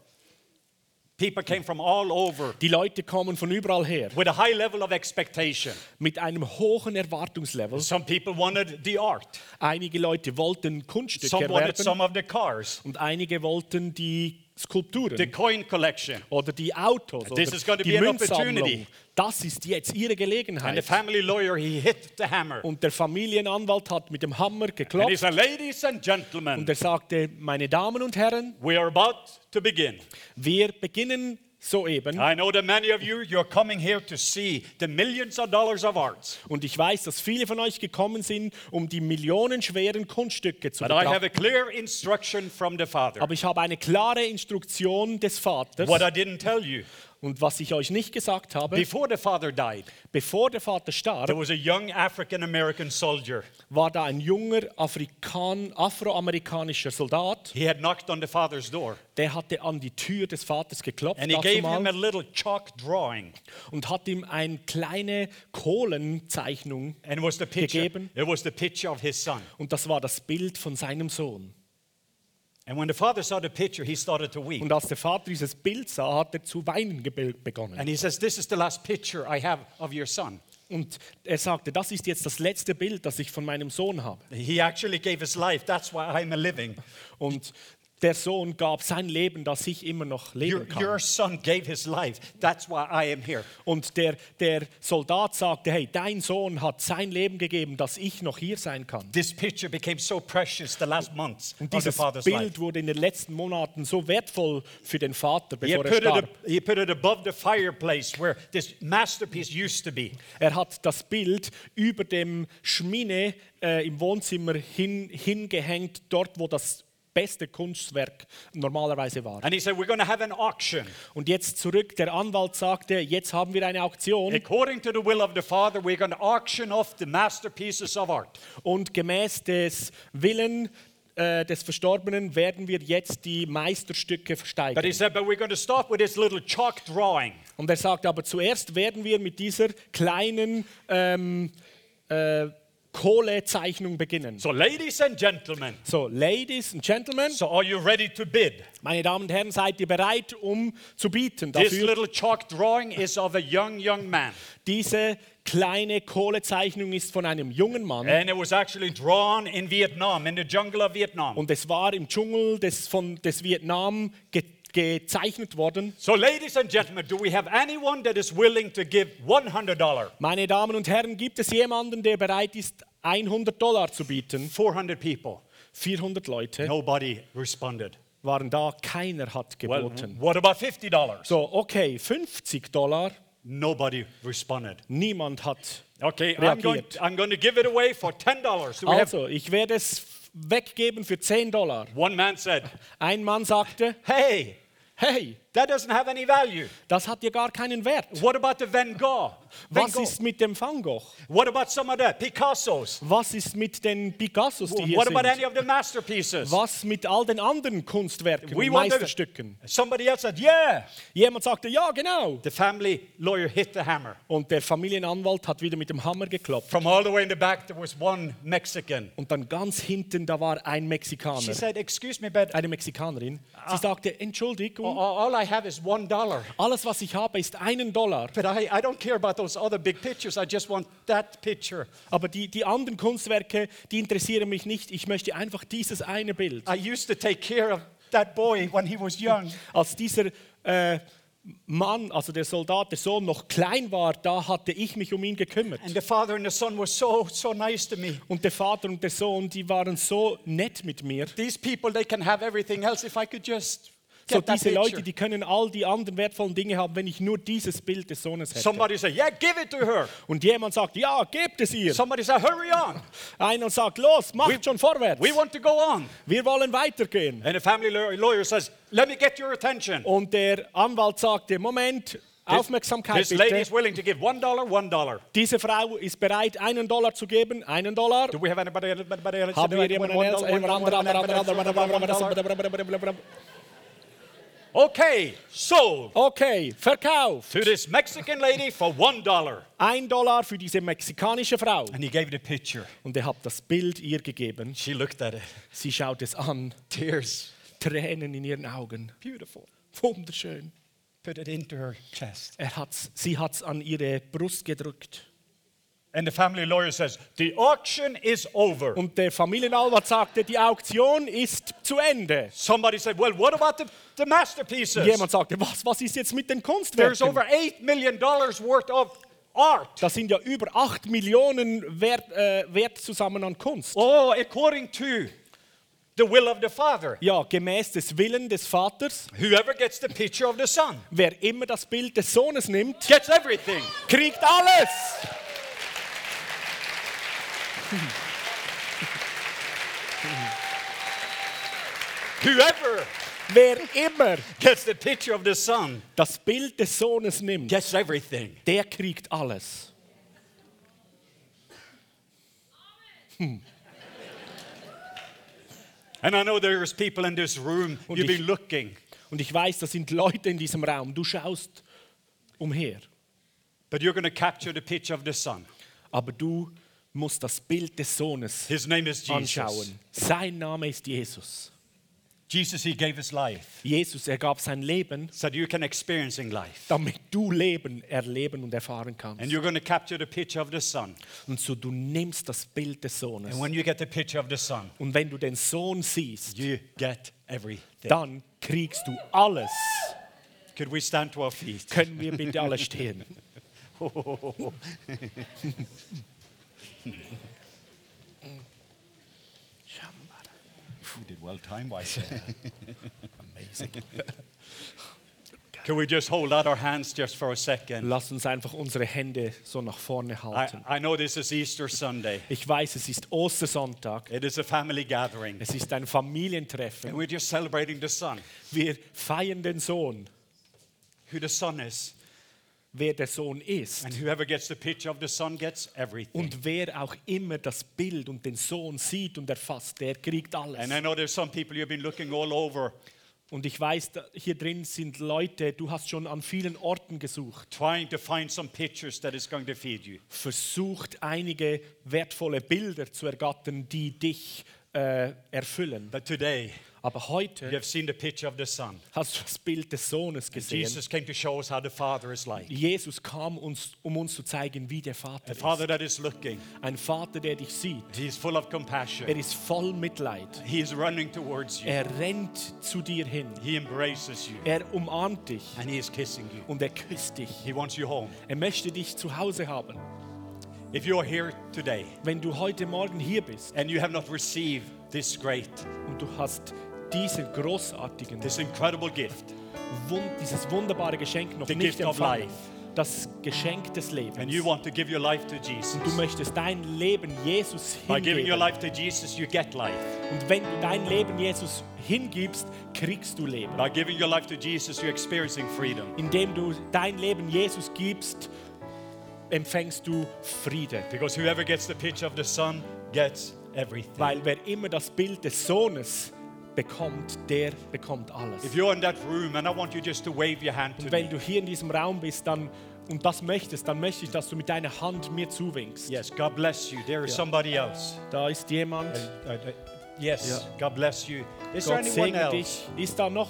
Speaker 3: People came from all over
Speaker 1: Die Leute kamen von überall her
Speaker 3: with a high level of expectation.
Speaker 1: mit einem hohen Erwartungslevel.
Speaker 3: Some people wanted the art.
Speaker 1: Einige Leute wollten Kunststücke
Speaker 3: Some wanted
Speaker 1: erwerben
Speaker 3: some of the cars,
Speaker 1: und einige wollten die
Speaker 3: the
Speaker 1: Skulpturen
Speaker 3: coin collection.
Speaker 1: oder die Autos oder
Speaker 3: This is gonna be
Speaker 1: die
Speaker 3: an
Speaker 1: Münzsammlung.
Speaker 3: opportunity.
Speaker 1: Das ist jetzt ihre
Speaker 3: And the
Speaker 1: Gelegenheit.
Speaker 3: family lawyer, he hit the hammer.
Speaker 1: Und der Familienanwalt hat mit dem Hammer
Speaker 3: And he
Speaker 1: geklopft
Speaker 3: said, Ladies and
Speaker 1: und
Speaker 3: gentlemen,
Speaker 1: er sagte, meine Damen und Herren,
Speaker 3: we are about to begin.
Speaker 1: wir beginnen soeben.
Speaker 3: I know that many of you, you're coming here to see the millions of dollars of arts.
Speaker 1: Und ich weiß, dass viele von euch gekommen sind, um die millionenschweren Kunststücke zu
Speaker 3: But I
Speaker 1: betrachten.
Speaker 3: have a clear instruction from the Father.
Speaker 1: Aber ich habe eine klare Instruktion des Vaters.
Speaker 3: What I didn't tell you.
Speaker 1: Und was ich euch nicht gesagt habe,
Speaker 3: Before the Father died,
Speaker 1: bevor der Vater
Speaker 3: there
Speaker 1: starb,
Speaker 3: was a young African American soldier.
Speaker 1: war da ein junger Afrikan, afroamerikanischer Soldat,
Speaker 3: He had knocked on the Father's door
Speaker 1: der hatte an die Tür des Vaters geklopft
Speaker 3: and he gave him a
Speaker 1: dazumal,
Speaker 3: little chalk drawing.
Speaker 1: und hat ihm eine kleine Kohlenzeichnung
Speaker 3: And it was the picture.
Speaker 1: Gegeben.
Speaker 3: It was the picture of his son.
Speaker 1: und das war das Bild von seinem Sohn.
Speaker 3: And when the father saw the picture, he started to weep.
Speaker 1: Und als der Vater dieses Bild sah, hat er zu weinen gebe- begonnen.
Speaker 3: And he says, This is the last picture I have of your son.
Speaker 1: Und er sagte, das ist jetzt das letzte Bild, das ich von meinem Sohn habe.
Speaker 3: He actually gave his life. That's why I'm a living.
Speaker 1: Und der Sohn gab sein Leben, dass ich immer noch
Speaker 3: Your,
Speaker 1: leben kann.
Speaker 3: your son gave his life. That's why I am here.
Speaker 1: Und der, der Soldat sagte, hey, dein Sohn hat sein Leben gegeben, dass ich noch hier sein kann.
Speaker 3: This picture became so precious the last months
Speaker 1: Und
Speaker 3: of the
Speaker 1: dieses
Speaker 3: father's
Speaker 1: Bild
Speaker 3: life.
Speaker 1: wurde in den letzten Monaten so wertvoll für den Vater,
Speaker 3: He
Speaker 1: bevor er
Speaker 3: put, it
Speaker 1: starb.
Speaker 3: ab- he put it above the fireplace where this masterpiece used to be.
Speaker 1: Er hat das Bild über dem Schmine äh, im Wohnzimmer hin, hingehängt, dort, wo das beste Kunstwerk normalerweise war.
Speaker 3: And he said, We're going to have an auction.
Speaker 1: Und jetzt zurück, der Anwalt sagte, jetzt haben wir eine Auktion
Speaker 3: According to the will of the Father, we're going to auction off the masterpieces of art.
Speaker 1: und gemäß des Willen äh, des Verstorbenen werden wir jetzt die Meisterstücke
Speaker 3: But he
Speaker 1: versteigern.
Speaker 3: said, But we're going to start with this little chalk drawing.
Speaker 1: Und er sagt, aber zuerst werden wir mit dieser kleinen ähm, äh, Kohlezeichnung beginnen.
Speaker 3: So, ladies and gentlemen,
Speaker 1: So, Ladies and Gentlemen,
Speaker 3: so are you ready to bid?
Speaker 1: Meine Damen und Herren, seid ihr bereit, um zu bieten
Speaker 3: This
Speaker 1: dafür?
Speaker 3: little chalk drawing is of a young, young man.
Speaker 1: Diese kleine Kohlezeichnung ist von einem jungen Mann
Speaker 3: And it was actually drawn in Vietnam, in the jungle of Vietnam.
Speaker 1: und es war im Dschungel des, von, des Vietnam ge gezeichnet worden.
Speaker 3: So, ladies and gentlemen, do we have anyone that is willing to give $100?
Speaker 1: Meine Damen und Herren, gibt es jemanden, der bereit ist, 100 Dollar zu bieten?
Speaker 3: 400 people.
Speaker 1: 400 Leute
Speaker 3: Nobody responded.
Speaker 1: waren da, keiner hat
Speaker 3: Well,
Speaker 1: geboten.
Speaker 3: what about $50?
Speaker 1: So, okay, 50 Dollar,
Speaker 3: Nobody responded.
Speaker 1: niemand hat.
Speaker 3: Okay, I'm going,
Speaker 1: Reagiert.
Speaker 3: I'm going to give it away for $10. Do we have,
Speaker 1: Also, ich werde es weggeben für 10 Dollar.
Speaker 3: one man said,
Speaker 1: Ein Mann sagte,
Speaker 3: Hey,
Speaker 1: hey,
Speaker 3: that doesn't have any value.
Speaker 1: das hat ja gar keinen Wert.
Speaker 3: What about the Van Gogh? Van
Speaker 1: Was
Speaker 3: Gogh.
Speaker 1: ist mit dem Van Gogh?
Speaker 3: What about some of the Picassos?
Speaker 1: Was ist mit den Picassos, die hier
Speaker 3: What about
Speaker 1: sind?
Speaker 3: any of the masterpieces?
Speaker 1: Was mit all den anderen Kunstwerken,
Speaker 3: We
Speaker 1: und
Speaker 3: want the-
Speaker 1: Meisterstücken?
Speaker 3: Somebody else said, Yeah.
Speaker 1: Jemand sagte, ja, genau.
Speaker 3: The family lawyer hit the hammer.
Speaker 1: Und der Familienanwalt hat wieder mit dem Hammer geklopft.
Speaker 3: From all the way in the back, there was one Mexican.
Speaker 1: Und dann ganz hinten, da war ein
Speaker 3: She
Speaker 1: Mexikaner,
Speaker 3: said, Ah. Excuse me, but
Speaker 1: eine Mexikanerin. Sie sagte,
Speaker 3: all-
Speaker 1: Entschuldigung,
Speaker 3: all I have is one dollar.
Speaker 1: alles, was ich habe, ist einen Dollar.
Speaker 3: But I, I don't care about those other big pictures. I just want that picture.
Speaker 1: Aber die, die anderen Kunstwerke, die interessieren mich nicht. Ich möchte einfach dieses eine Bild.
Speaker 3: I used to take care of that boy when he was young.
Speaker 1: Als dieser äh, Mann, also der Soldat, der Sohn noch klein war, da hatte ich mich um ihn gekümmert.
Speaker 3: And the father and the son were so, so nice to me.
Speaker 1: Und der Vater und der Sohn, die waren so nett mit mir.
Speaker 3: These people, they can have everything else if I could just get
Speaker 1: So
Speaker 3: that
Speaker 1: diese Leute,
Speaker 3: picture.
Speaker 1: die können all die anderen wertvollen Dinge haben, wenn ich nur dieses Bild des Sohnes hätte.
Speaker 3: Somebody said, Yeah, give it to her.
Speaker 1: Und jemand sagt, ja, gebt es ihr.
Speaker 3: Somebody said, Hurry on.
Speaker 1: Einer sagt, los, macht schon vorwärts.
Speaker 3: We want to go on.
Speaker 1: Wir wollen weitergehen.
Speaker 3: And the family law- lawyer says, Let me get your attention.
Speaker 1: Und der Anwalt sagte, Moment, Aufmerksamkeit
Speaker 3: This lady
Speaker 1: bitte.
Speaker 3: is willing to give one dollar, one dollar.
Speaker 1: Diese Frau ist bereit, einen Dollar zu geben, einen Dollar.
Speaker 3: Do we have anybody? anybody else?
Speaker 1: Haben wir
Speaker 3: Anybody?
Speaker 1: jemanden
Speaker 3: One
Speaker 1: else?
Speaker 3: dollar, one
Speaker 1: Jemand
Speaker 3: dollar,
Speaker 1: anderen,
Speaker 3: one
Speaker 1: anderen,
Speaker 3: dollar,
Speaker 1: anderen, anderen,
Speaker 3: one dollar, one
Speaker 1: anderen,
Speaker 3: dollar.
Speaker 1: anderen, anderen, anderen.
Speaker 3: Okay, sold
Speaker 1: Okay, Verkauf.
Speaker 3: to this Mexican lady for one dollar.
Speaker 1: Ein Dollar für diese mexikanische Frau.
Speaker 3: And he gave the picture.
Speaker 1: Und er hat das Bild ihr gegeben.
Speaker 3: She looked at it.
Speaker 1: Sie schaut es an,
Speaker 3: Tears.
Speaker 1: Tränen in ihren Augen.
Speaker 3: Beautiful.
Speaker 1: Wunderschön.
Speaker 3: Put it into her chest.
Speaker 1: Er hat's, sie hat es an ihre Brust gedrückt.
Speaker 3: And the family lawyer says, The auction is over.
Speaker 1: Und der Familienanwalt sagte, die Auktion ist zu Ende.
Speaker 3: Somebody said, Well, what about the, the masterpieces?
Speaker 1: Jemand sagte, was, was ist jetzt mit den
Speaker 3: There's
Speaker 1: Kunstwerken?
Speaker 3: over $8 million worth of art.
Speaker 1: Das sind ja über 8 Millionen Wert, äh, Wert zusammen an Kunst.
Speaker 3: Oh, according to the will of the Father.
Speaker 1: Ja, gemäß des Willen des Vaters,
Speaker 3: Whoever gets the picture of the Son
Speaker 1: wer immer das Bild des Sohnes nimmt,
Speaker 3: gets everything.
Speaker 1: kriegt alles.
Speaker 3: Whoever
Speaker 1: Wer immer
Speaker 3: gets the picture of the Son
Speaker 1: das Bild des Sohnes nimmt,
Speaker 3: gets everything.
Speaker 1: der kriegt alles.
Speaker 3: And I know there's people in this room,
Speaker 1: Und
Speaker 3: you've
Speaker 1: ich-
Speaker 3: been looking,
Speaker 1: Und ich weiß, das sind Leute in diesem Raum. Du schaust umher,
Speaker 3: but you're going to capture the picture of the Son.
Speaker 1: aber du musst das Bild des Sohnes
Speaker 3: His name is Jesus.
Speaker 1: anschauen. Sein Name ist Jesus.
Speaker 3: Jesus, He gave His life
Speaker 1: Jesus, er gab sein Leben,
Speaker 3: so that you can experience in life.
Speaker 1: damit du Leben erleben und erfahren kannst.
Speaker 3: And you're going to capture the picture of the Son.
Speaker 1: Und so du nimmst das Bild des Sohnes.
Speaker 3: And when you get the picture of the Son,
Speaker 1: Und wenn du den Sohn siehst,
Speaker 3: you get everything.
Speaker 1: dann kriegst du alles.
Speaker 3: Could we stand to our feet?
Speaker 1: Können wir bitte alle stehen?
Speaker 3: We did well time wise. Amazing. Can we just hold out our hands just for a second?
Speaker 1: Lass uns einfach unsere Hände so nach vorne
Speaker 3: I,
Speaker 1: halten.
Speaker 3: I know this is Easter Sunday.
Speaker 1: Ich weiß, es ist Ostersonntag.
Speaker 3: It is a family gathering.
Speaker 1: Es ist ein
Speaker 3: And
Speaker 1: Familientreffen.
Speaker 3: we're just celebrating the Son,
Speaker 1: Wir feiern den Sohn,
Speaker 3: who the Son is.
Speaker 1: wer der Sohn ist.
Speaker 3: And whoever gets the picture of the Son gets everything.
Speaker 1: Und wer auch immer das Bild und den Sohn sieht und erfasst, der kriegt
Speaker 3: And I
Speaker 1: alles.
Speaker 3: know there's some people you've been looking all over,
Speaker 1: Und ich weiß, da- hier drin sind Leute, du hast schon an vielen Orten gesucht,
Speaker 3: trying to find some pictures that is going to feed you.
Speaker 1: versucht, einige wertvolle Bilder zu ergattern, die dich äh, erfüllen.
Speaker 3: But today,
Speaker 1: Aber
Speaker 3: you
Speaker 1: heute
Speaker 3: have seen the picture of the Son.
Speaker 1: hast du das Bild des Sohnes gesehen.
Speaker 3: Jesus came to show us how the Father is like.
Speaker 1: Jesus kam, uns, um uns zu zeigen, wie der Vater
Speaker 3: The
Speaker 1: ist.
Speaker 3: Father that is looking,
Speaker 1: Ein Vater, der dich sieht.
Speaker 3: He is full of
Speaker 1: Er
Speaker 3: compassion.
Speaker 1: ist voll Mitleid.
Speaker 3: He is running towards you.
Speaker 1: Er rennt zu dir hin.
Speaker 3: He embraces you.
Speaker 1: Er umarmt dich
Speaker 3: And He is kissing you.
Speaker 1: und er küsst dich.
Speaker 3: He wants you home.
Speaker 1: Er möchte dich zu Hause haben.
Speaker 3: If you are here today
Speaker 1: Wenn du heute Morgen hier bist
Speaker 3: and you have not received this great,
Speaker 1: und du hast diesen großartigen,
Speaker 3: this incredible gift,
Speaker 1: wun- dieses wunderbare Geschenk noch
Speaker 3: The
Speaker 1: nicht
Speaker 3: gift of
Speaker 1: empfangen,
Speaker 3: life.
Speaker 1: das Geschenk des
Speaker 3: and you
Speaker 1: Lebens,
Speaker 3: want to give your life to Jesus,
Speaker 1: du möchtest dein Leben Jesus
Speaker 3: by giving your
Speaker 1: hingeben.
Speaker 3: life to Jesus, you get life.
Speaker 1: Und wenn du dein Leben Jesus hingibst, kriegst du Leben.
Speaker 3: By giving your life to Jesus, you're experiencing freedom
Speaker 1: Indem du dein Leben Jesus gibst, empfängst du Friede.
Speaker 3: because whoever gets the picture of the Son gets everything.
Speaker 1: Weil wer immer das Bild des Sohnes bekommt, der bekommt alles.
Speaker 3: If you're in that room, and I want you just to wave your hand to
Speaker 1: Und wenn
Speaker 3: me.
Speaker 1: du hier in diesem Raum bist dann, und das möchtest, dann möchte ich, dass du mit deiner Hand mir zuwinkst.
Speaker 3: Yes, God bless you. There is somebody else.
Speaker 1: Da ist jemand.
Speaker 3: Yes, God bless you. Is there
Speaker 1: Äh, Gott
Speaker 3: anyone
Speaker 1: segne
Speaker 3: else?
Speaker 1: dich. Ist da noch,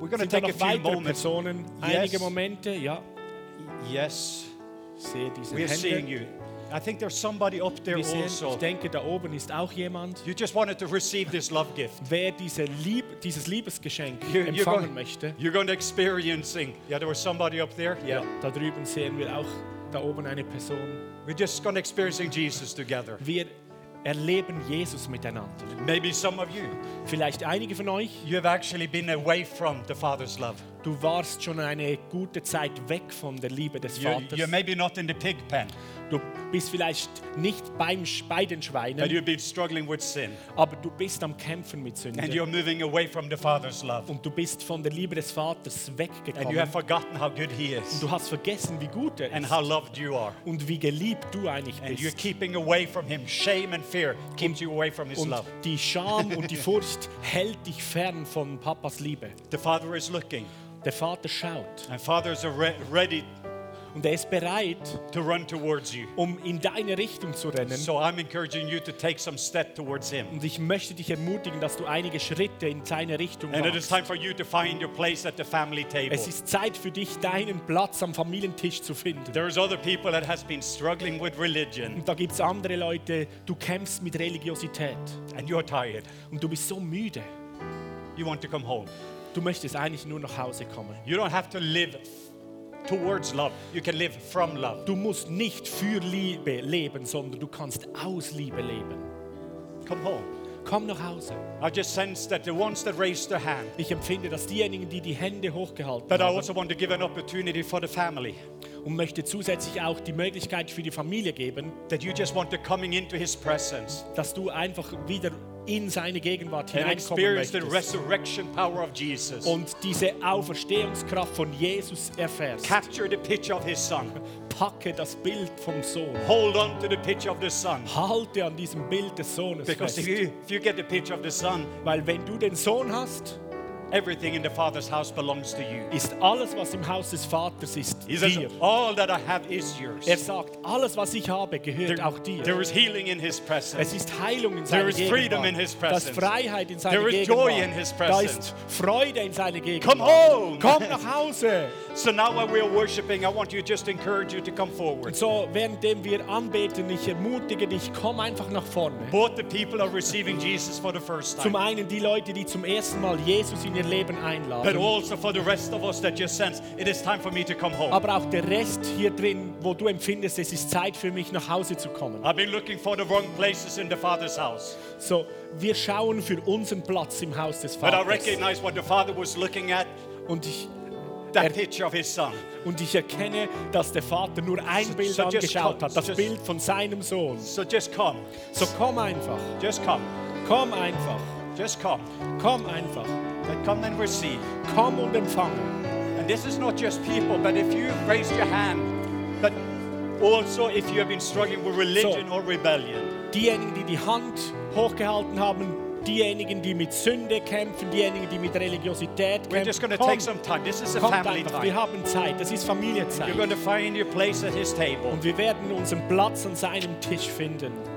Speaker 3: We're going to
Speaker 1: sind da
Speaker 3: take a
Speaker 1: noch
Speaker 3: few
Speaker 1: weitere
Speaker 3: moments.
Speaker 1: Personen? Einige Momente, ja.
Speaker 3: Yes,
Speaker 1: Ich sehe diese
Speaker 3: we're seeing
Speaker 1: Hände.
Speaker 3: you. I think there's somebody up there
Speaker 1: Wir sehen, ich
Speaker 3: also.
Speaker 1: denke, da oben ist auch jemand.
Speaker 3: You just wanted to receive this love gift.
Speaker 1: Wer diese Lieb, dieses Liebesgeschenk
Speaker 3: You- You're,
Speaker 1: empfangen
Speaker 3: going,
Speaker 1: möchte,
Speaker 3: you're going to experiencing. Yeah, there was somebody up there. Yeah.
Speaker 1: da drüben sehen wir auch da oben eine Person.
Speaker 3: We're just going to experiencing Jesus together.
Speaker 1: Wir erleben Jesus miteinander.
Speaker 3: Maybe some of you,
Speaker 1: Vielleicht einige von euch,
Speaker 3: you have actually been away from the Father's love.
Speaker 1: du warst schon eine gute Zeit weg von der Liebe des
Speaker 3: You're,
Speaker 1: Vaters.
Speaker 3: you're maybe not in the pig pen,
Speaker 1: Du bist vielleicht nicht beim, Sch- bei den
Speaker 3: but
Speaker 1: Schweinen,
Speaker 3: you've been struggling with sin,
Speaker 1: aber du bist am Kämpfen mit
Speaker 3: and
Speaker 1: Sünde.
Speaker 3: you're moving away from the Father's love,
Speaker 1: Und du bist von der Liebe des Vaters
Speaker 3: and you have
Speaker 1: weggekommen.
Speaker 3: forgotten how good He is,
Speaker 1: Du hast vergessen, wie gut er
Speaker 3: and
Speaker 1: ist
Speaker 3: how loved you are,
Speaker 1: und wie geliebt du eigentlich
Speaker 3: and you're
Speaker 1: bist.
Speaker 3: keeping away from Him. Shame and fear keeps you away from His
Speaker 1: Und
Speaker 3: love.
Speaker 1: die Scham und die Furcht hält dich fern von Papas Liebe.
Speaker 3: The Father is looking,
Speaker 1: Der Vater schaut
Speaker 3: and Fathers are re- ready
Speaker 1: und er ist bereit,
Speaker 3: to run towards you.
Speaker 1: um in deine Richtung zu rennen.
Speaker 3: So I'm encouraging you to take some step towards Him.
Speaker 1: Und ich möchte dich ermutigen, dass du einige Schritte in deine Richtung
Speaker 3: And it is
Speaker 1: machst.
Speaker 3: time for you to find your place at the family table.
Speaker 1: Es ist Zeit für dich, deinen Platz am Familientisch zu finden.
Speaker 3: There's other people that has been struggling with religion
Speaker 1: Und da gibt es andere Leute, du kämpfst mit Religiosität
Speaker 3: and you're tired.
Speaker 1: und du bist so müde.
Speaker 3: You want to come home.
Speaker 1: Du möchtest eigentlich nur nach Hause kommen.
Speaker 3: You don't have to live f- towards love. You can live from love.
Speaker 1: Du musst nicht für Liebe leben, sondern du kannst aus Liebe leben.
Speaker 3: Come home.
Speaker 1: Komm nach Hause.
Speaker 3: I just sense that the ones that raised their hand
Speaker 1: Ich empfinde, dass diejenigen, die die Hände hochgehalten
Speaker 3: but I
Speaker 1: haben
Speaker 3: also want to give an opportunity for the family
Speaker 1: und möchte zusätzlich auch die Möglichkeit für die Familie geben,
Speaker 3: that you just want to coming into his presence
Speaker 1: dass du einfach wieder in seine Gegenwart
Speaker 3: and
Speaker 1: hineinkommen
Speaker 3: experience the
Speaker 1: möchtest
Speaker 3: resurrection power of Jesus.
Speaker 1: und diese Auferstehungskraft von Jesus erfährst.
Speaker 3: Capture the picture of his son.
Speaker 1: Packe das Bild vom Sohn.
Speaker 3: Hold on to the picture of the son.
Speaker 1: Halte an diesem Bild des Sohnes
Speaker 3: Because if
Speaker 1: fest.
Speaker 3: you, if you get the picture of the son,
Speaker 1: Weil wenn du den Sohn hast,
Speaker 3: Everything in the Father's house belongs to you.
Speaker 1: ist alles, was im Haus des Vaters ist,
Speaker 3: He says,
Speaker 1: dir.
Speaker 3: All that I have is yours.
Speaker 1: Er sagt, alles, was ich habe, gehört
Speaker 3: There-
Speaker 1: auch dir.
Speaker 3: there is healing in His presence.
Speaker 1: Es ist Heilung in
Speaker 3: There
Speaker 1: seiner
Speaker 3: is freedom
Speaker 1: Gegenwart.
Speaker 3: in his
Speaker 1: Da ist
Speaker 3: presence.
Speaker 1: Freiheit in seiner
Speaker 3: There is
Speaker 1: Gegenwart.
Speaker 3: joy in his
Speaker 1: Da
Speaker 3: presence.
Speaker 1: ist Freude in seiner Gegenwart.
Speaker 3: Come home!
Speaker 1: Komm nach Hause.
Speaker 3: So now, while we're worshiping, I want you just encourage you to come forward.
Speaker 1: So, währenddem wir anbeten, ich ermutige dich, komm einfach nach vorne.
Speaker 3: Both the people are receiving Jesus for the first
Speaker 1: Zum
Speaker 3: time,
Speaker 1: einen die Leute, die zum ersten Mal Jesus in ihr Leben
Speaker 3: but
Speaker 1: einladen.
Speaker 3: also for the rest of us that just sense it is time for me to come home.
Speaker 1: Aber auch der Rest hier drin, wo du empfindest, es ist Zeit für mich, nach Hause zu kommen.
Speaker 3: I've been looking for the wrong places in the Father's house,
Speaker 1: So, wir schauen für unseren Platz im Haus des
Speaker 3: but I
Speaker 1: Vaters.
Speaker 3: recognize what the Father was looking at
Speaker 1: Und ich,
Speaker 3: that picture of His Son.
Speaker 1: und ich erkenne, dass der Vater nur ein
Speaker 3: So-
Speaker 1: Bild
Speaker 3: so just
Speaker 1: angeschaut
Speaker 3: come-
Speaker 1: hat, das
Speaker 3: just-
Speaker 1: Bild von seinem Sohn.
Speaker 3: So just come,
Speaker 1: So komm einfach,
Speaker 3: just come,
Speaker 1: komm einfach,
Speaker 3: just come,
Speaker 1: komm einfach,
Speaker 3: and come and receive.
Speaker 1: komm und empfange.
Speaker 3: And this is not just people, but if you raised your hand, but also if you have been struggling with religion or rebellion.
Speaker 1: Diejenigen, die die Hand hochgehalten haben, diejenigen, die mit Sünde kämpfen, diejenigen, die mit Religiosität
Speaker 3: We're just going
Speaker 1: kämpfen,
Speaker 3: to
Speaker 1: komm,
Speaker 3: take some time. This is a
Speaker 1: kommt
Speaker 3: family
Speaker 1: einfach. Wir
Speaker 3: time.
Speaker 1: haben Zeit, das ist
Speaker 3: You're
Speaker 1: Familienzeit.
Speaker 3: going to find your place at his table.
Speaker 1: Und wir werden unseren Platz an seinem Tisch finden.